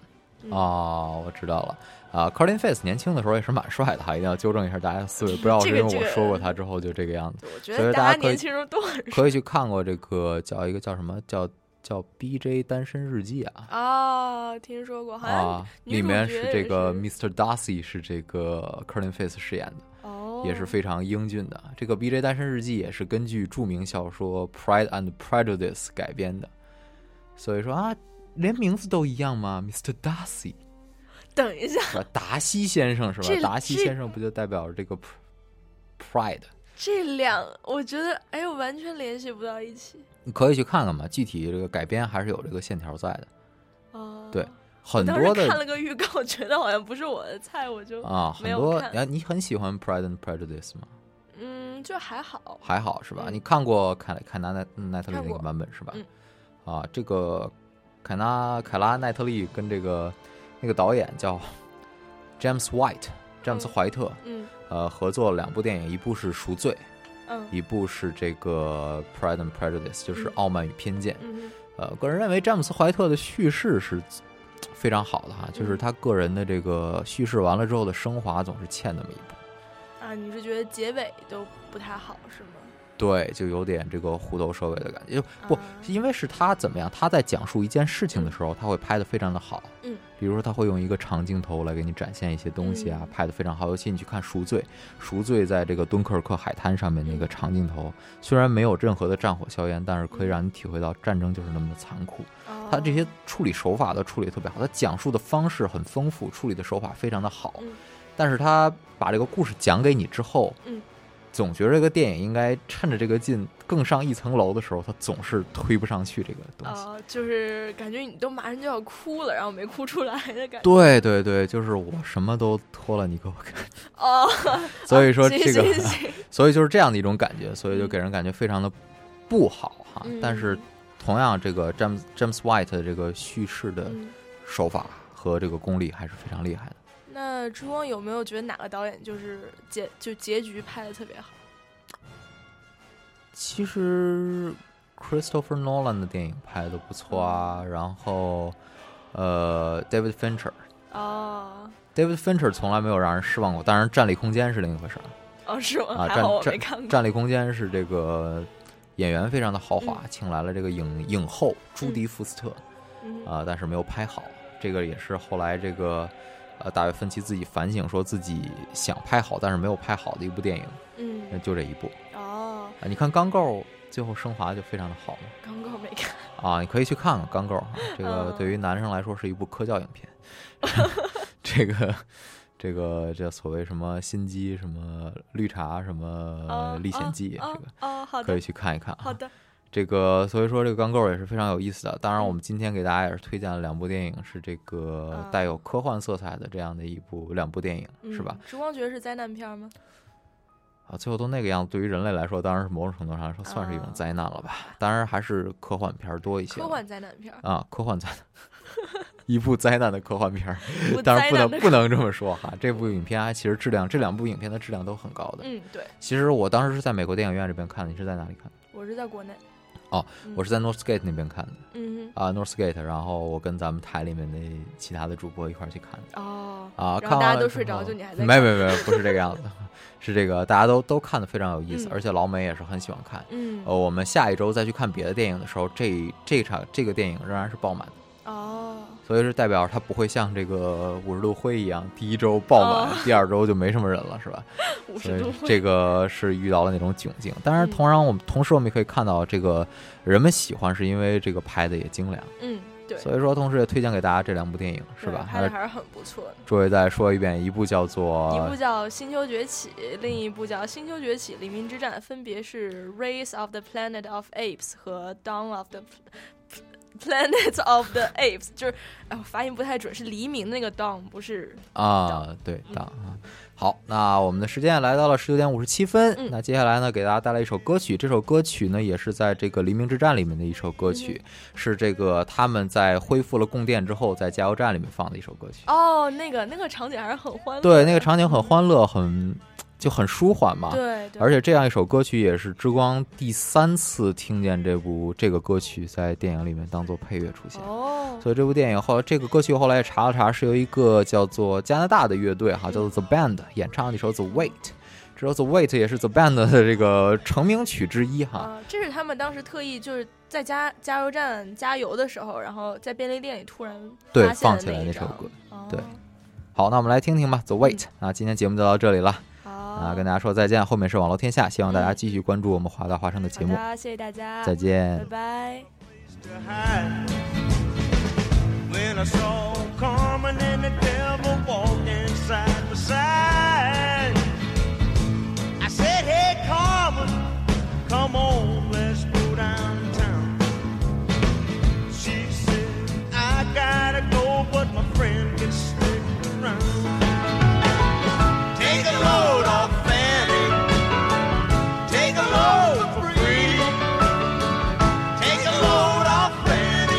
Speaker 6: 嗯
Speaker 5: 哦，我知道了啊，Curling Face 年轻的时候也是蛮帅的哈，一定要纠正一下大家的思维，不要
Speaker 6: 这
Speaker 5: 是因
Speaker 6: 个
Speaker 5: 为
Speaker 6: 这
Speaker 5: 我
Speaker 6: 个
Speaker 5: 说过他之后就这个样子。
Speaker 6: 我觉
Speaker 5: 所以
Speaker 6: 得
Speaker 5: 大家
Speaker 6: 大家
Speaker 5: 可以
Speaker 6: 年轻时候都很帅
Speaker 5: 可以去看过这个叫一个叫什么叫叫 BJ 单身日记啊
Speaker 6: 啊，听说过，好像
Speaker 5: 啊，
Speaker 6: 女
Speaker 5: 里
Speaker 6: 主
Speaker 5: 面
Speaker 6: 角
Speaker 5: 是
Speaker 6: 也
Speaker 5: 这个
Speaker 6: 是
Speaker 5: Mr. Darcy 是这个 Curling Face 饰演的。
Speaker 6: 哦，
Speaker 5: 也是非常英俊的。这个《BJ 单身日记》也是根据著名小说《Pride and Prejudice》改编的，所以说啊，连名字都一样吗？Mr. Darcy
Speaker 6: 等一下，
Speaker 5: 是吧？呃达西先生是吧
Speaker 6: 这？
Speaker 5: 达西
Speaker 6: 这
Speaker 5: 先生不就代表这个 pr- Pride？
Speaker 6: 这两我觉得哎，我完全联系不到一起
Speaker 5: 你可以去看看嘛，具体这个改编还是有这个线条在的，
Speaker 6: 哦。
Speaker 5: 对，
Speaker 6: 我
Speaker 5: 很
Speaker 6: 当
Speaker 5: 多
Speaker 6: 时看了
Speaker 5: 的。
Speaker 6: 个预告， [LAUGHS] 觉得好像不是我的菜，我就
Speaker 5: 啊，很
Speaker 6: 没有
Speaker 5: 多
Speaker 6: 看
Speaker 5: 啊，你很喜欢《Pride and Prejudice》吗？
Speaker 6: 嗯，就还好。
Speaker 5: 还好是吧？
Speaker 6: 嗯
Speaker 5: 你看过凯凯纳奈嗯奈特利
Speaker 6: 看
Speaker 5: 那个
Speaker 6: 过
Speaker 5: 版本是吧？
Speaker 6: 嗯
Speaker 5: 啊，这个凯纳凯拉奈特利跟这个那个导演叫 James White 詹姆斯
Speaker 6: 嗯
Speaker 5: 怀特，
Speaker 6: 嗯
Speaker 5: 呃，合作了两部电影，一部是《赎罪》，
Speaker 6: 嗯
Speaker 5: 一部是这个《Pride and Prejudice》，就是《
Speaker 6: 嗯
Speaker 5: 傲慢与偏见》。
Speaker 6: 嗯
Speaker 5: 呃，个人认为詹姆斯怀特的叙事是非常好的哈，就是
Speaker 6: 嗯
Speaker 5: 他个人的这个叙事完了之后的升华总是欠那么一步。
Speaker 6: 啊，你是觉得结尾都不太好是吗？
Speaker 5: 对，就有点这个虎头蛇尾的感觉。不
Speaker 6: 啊，
Speaker 5: 因为是他怎么样？他在讲述一件事情的时候，他会拍的非常的好。
Speaker 6: 嗯，
Speaker 5: 比如说他会用一个长镜头来给你展现一些东西啊，
Speaker 6: 嗯
Speaker 5: 拍的非常好。尤其你去看《赎罪》，《赎罪》在这个敦刻尔克海滩上面那
Speaker 6: 嗯
Speaker 5: 个长镜头，虽然没有任何的战火硝烟，但是可
Speaker 6: 嗯
Speaker 5: 以让你体会到战争就是那么的残酷。他这些
Speaker 6: 哦
Speaker 5: 处理手法都处理得特别好，他讲述的方式很丰富，处理的手法非常的好。
Speaker 6: 嗯
Speaker 5: 但是他把这个故事讲给你之后，
Speaker 6: 嗯
Speaker 5: 总觉得这个电影应该趁着这个劲更上一层楼的时候，他总是推不上去这个东西。
Speaker 6: 啊、就是感觉你都马上就要哭了，然后没哭出来的感觉。
Speaker 5: 对对对，就是我什么都脱了，你给我
Speaker 6: [LAUGHS]
Speaker 5: 看。
Speaker 6: 哦，
Speaker 5: 所以说
Speaker 6: 行
Speaker 5: 这个，
Speaker 6: 行行
Speaker 5: [LAUGHS] 所以就是这样的一种感觉，所以就给人感觉非常的不好哈。
Speaker 6: 嗯
Speaker 5: 但是同样，这个 James James White 的这个叙事的
Speaker 6: 嗯
Speaker 5: 手法和这个功力还是非常厉害的。
Speaker 6: 那朱光有没有觉得哪个导演就是结就结局拍的特别好？
Speaker 5: 其实 Christopher Nolan 的电影拍的都不错啊，然后呃，David Fincher，David
Speaker 6: 哦
Speaker 5: Fincher 从来没有让人失望过，当然《战力空间》是另一回事儿
Speaker 6: 哦，是吗？
Speaker 5: 啊，
Speaker 6: 还好我没
Speaker 5: 战
Speaker 6: 看
Speaker 5: 战
Speaker 6: 过。
Speaker 5: 战力空间》是这个演员非常的豪华，请来了这个影影后朱迪福斯特
Speaker 6: 嗯
Speaker 5: 啊、但是没有拍好，这个也是后来这个。呃，大卫芬奇自己反省说自己想拍好但是没有拍好的一部电影，那
Speaker 6: 嗯，
Speaker 5: 就这一部
Speaker 6: 哦，
Speaker 5: 啊。你看《钢构》最后升华就非常的好嘛
Speaker 6: 刚刚没看，
Speaker 5: 啊，你可以去看看《钢构》啊，这个
Speaker 6: 嗯
Speaker 5: 对于男生来说是一部科教影片， [LAUGHS] 这个。这个这所谓什么心机什么绿茶什么
Speaker 6: 哦
Speaker 5: 呃历险记，
Speaker 6: 哦
Speaker 5: 这个
Speaker 6: 哦，好
Speaker 5: 可以
Speaker 6: 的，
Speaker 5: 去看一看啊。
Speaker 6: 好的，
Speaker 5: 这个所以说这个钢构也是非常有意思的。当
Speaker 6: 嗯
Speaker 5: 然，我们今天给大家也是推荐了两部电影，是这个
Speaker 6: 啊
Speaker 5: 带有科幻色彩的这样的一部两部电影， [LAUGHS] 是吧
Speaker 6: 嗯？？烛光觉是灾难片吗？
Speaker 5: 啊，最后都那个样子，对于人类来说，当然是某种程度上来说算是一种
Speaker 6: 啊
Speaker 5: 灾难了吧。当然还是科幻片儿多一些
Speaker 6: 科
Speaker 5: 了，
Speaker 6: 幻灾难
Speaker 5: [LAUGHS]
Speaker 6: 片儿，
Speaker 5: 啊，科幻灾难，一部灾难的科幻片儿。[LAUGHS]
Speaker 6: 不
Speaker 5: 当然
Speaker 6: 灾
Speaker 5: 不能
Speaker 6: 难的
Speaker 5: 不能这么说哈，这部影片啊，其实质量这两部影片的质量都很高的。
Speaker 6: 嗯，对，
Speaker 5: 其实我当时是在美国电影院这边看的，你是在哪里看的？
Speaker 6: 我是在国内。
Speaker 5: 哦
Speaker 6: 嗯，
Speaker 5: 我是在 Northgate 那边看的。
Speaker 6: 嗯
Speaker 5: 啊 Northgate，然后我跟咱们台里面的其他的主播一块儿去看的
Speaker 6: 哼，哦，
Speaker 5: 啊，
Speaker 6: 然
Speaker 5: 看
Speaker 6: 后大
Speaker 5: 完
Speaker 6: 家
Speaker 5: 了
Speaker 6: 都
Speaker 5: 之
Speaker 6: 睡着
Speaker 5: 后
Speaker 6: 就你还在
Speaker 5: 没没没，不是这个样子， [LAUGHS] 是这个大家都都看的非常有意思，
Speaker 6: 嗯
Speaker 5: 而且老美也是很喜欢看。
Speaker 6: 嗯，
Speaker 5: 呃，我们下一周再去看别的电影的时候，这这场这个电影仍然是爆满的，
Speaker 6: 哦，
Speaker 5: 所以是代表它不会像这个五十度灰一样，第一周爆满，第二周就没什么人了，是吧？
Speaker 6: 哦五
Speaker 5: 所
Speaker 6: 十
Speaker 5: 以
Speaker 6: 度，
Speaker 5: 这个是遇到了那种窘境。当然，
Speaker 6: 嗯
Speaker 5: 同样我们同时我们也可以看到，这个人们喜欢是因为这个拍的也精良。
Speaker 6: 嗯，对，
Speaker 5: 所以说，同时也推荐给大家这两部电影，是
Speaker 6: 对
Speaker 5: 吧？
Speaker 6: 拍的
Speaker 5: 那
Speaker 6: 还是很不错的。
Speaker 5: 诸位再说一遍，一部叫做
Speaker 6: 一部叫《星球崛起》，另一部叫《星球崛起：黎明之战》，分别是《Race of the Planet of Apes》和《Dawn of the Pl- Planet of the Apes》，就是哎，我发音不太准，是黎明那个 Dawn，不是
Speaker 5: 啊，对，当啊。好，那我们的时间也来到了十九点五十七分。
Speaker 6: 嗯
Speaker 5: 那接下来呢，给大家带来一首歌曲，这首歌曲呢也是在这个《黎明之战》里面的一首歌
Speaker 6: 嗯
Speaker 5: 曲，是这个他们在恢复了供电之后，在加油站里面放的一首歌曲。
Speaker 6: 哦，那个那个场景还是很欢乐的。啊
Speaker 5: 对，那个场景很欢乐，很就很舒缓嘛。
Speaker 6: 对，对，
Speaker 5: 而且这样一首歌曲也是之光第三次听见这部这个歌曲在电影里面当做配乐出现。
Speaker 6: 哦，
Speaker 5: 所以这部电影后，这个歌曲后来也查了查，是由一个叫做加拿大的乐队哈，叫做 The Band 演唱的一首《The Wait》。这首《The Wait》也是 The Band 的这个成名曲之一哈。
Speaker 6: 啊，这是他们当时特意就是在加加油站加油的时候，然后在便利店里突然
Speaker 5: 对
Speaker 6: 发现
Speaker 5: 放
Speaker 6: 的
Speaker 5: 起来
Speaker 6: 一
Speaker 5: 那首
Speaker 6: 张
Speaker 5: 歌。
Speaker 6: 哦
Speaker 5: 对，好，那我们来听听吧，《The Wait》
Speaker 6: 嗯
Speaker 5: 啊，今天节目就到这里了
Speaker 6: 好，
Speaker 5: 啊，跟大家说再见。后面是网络天下，希望大家
Speaker 6: 嗯
Speaker 5: 继续关注我们华大华生的节目
Speaker 6: 好。的，谢谢大家，
Speaker 5: 再，见
Speaker 6: 拜。拜。
Speaker 8: to hide. When I saw Carmen and the devil walking side by side, I said, Hey, Carmen, come on, let's go downtown. She said, I gotta go, but my friend can stick around. Take a load off Fanny, take a load for free. Take a load off Fanny.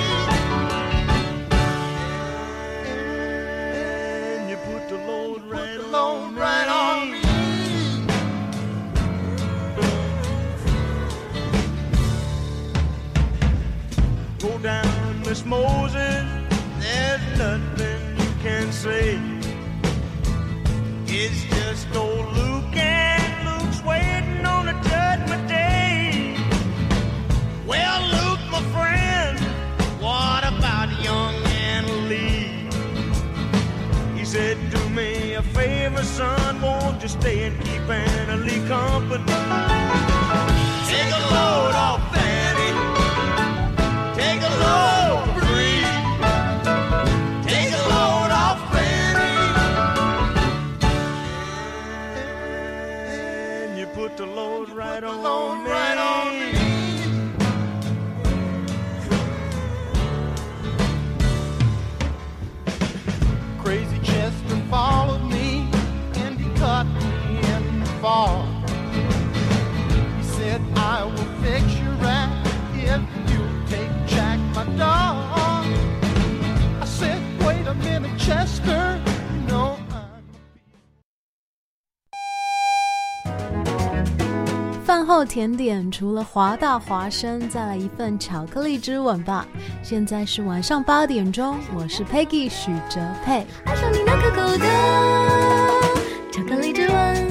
Speaker 8: And you put the load right, on, right on me. Go down, Miss Moses. There's nothing you can say. It's just old Luke and Luke's waiting on the judgment day. Well, Luke, my friend, what about young Anna Lee? He said, Do me a favor, son, won't you stay and keep Anna Lee company? Take a load off Fanny. Take a load, Bree. Take a load off Fanny. And you put the load right on me. Right on me. Crazy Chester followed me and he caught me in the fall. He said, I will fix your rack if you take Jack, my dog. I said, wait a minute, Chester. You know I'm.
Speaker 9: 饭后甜点除了华大华生，再来一份巧克力之吻吧。现在是晚上八点钟，我是 Peggy 许哲佩。
Speaker 2: 爱上你那可口的巧克力之吻。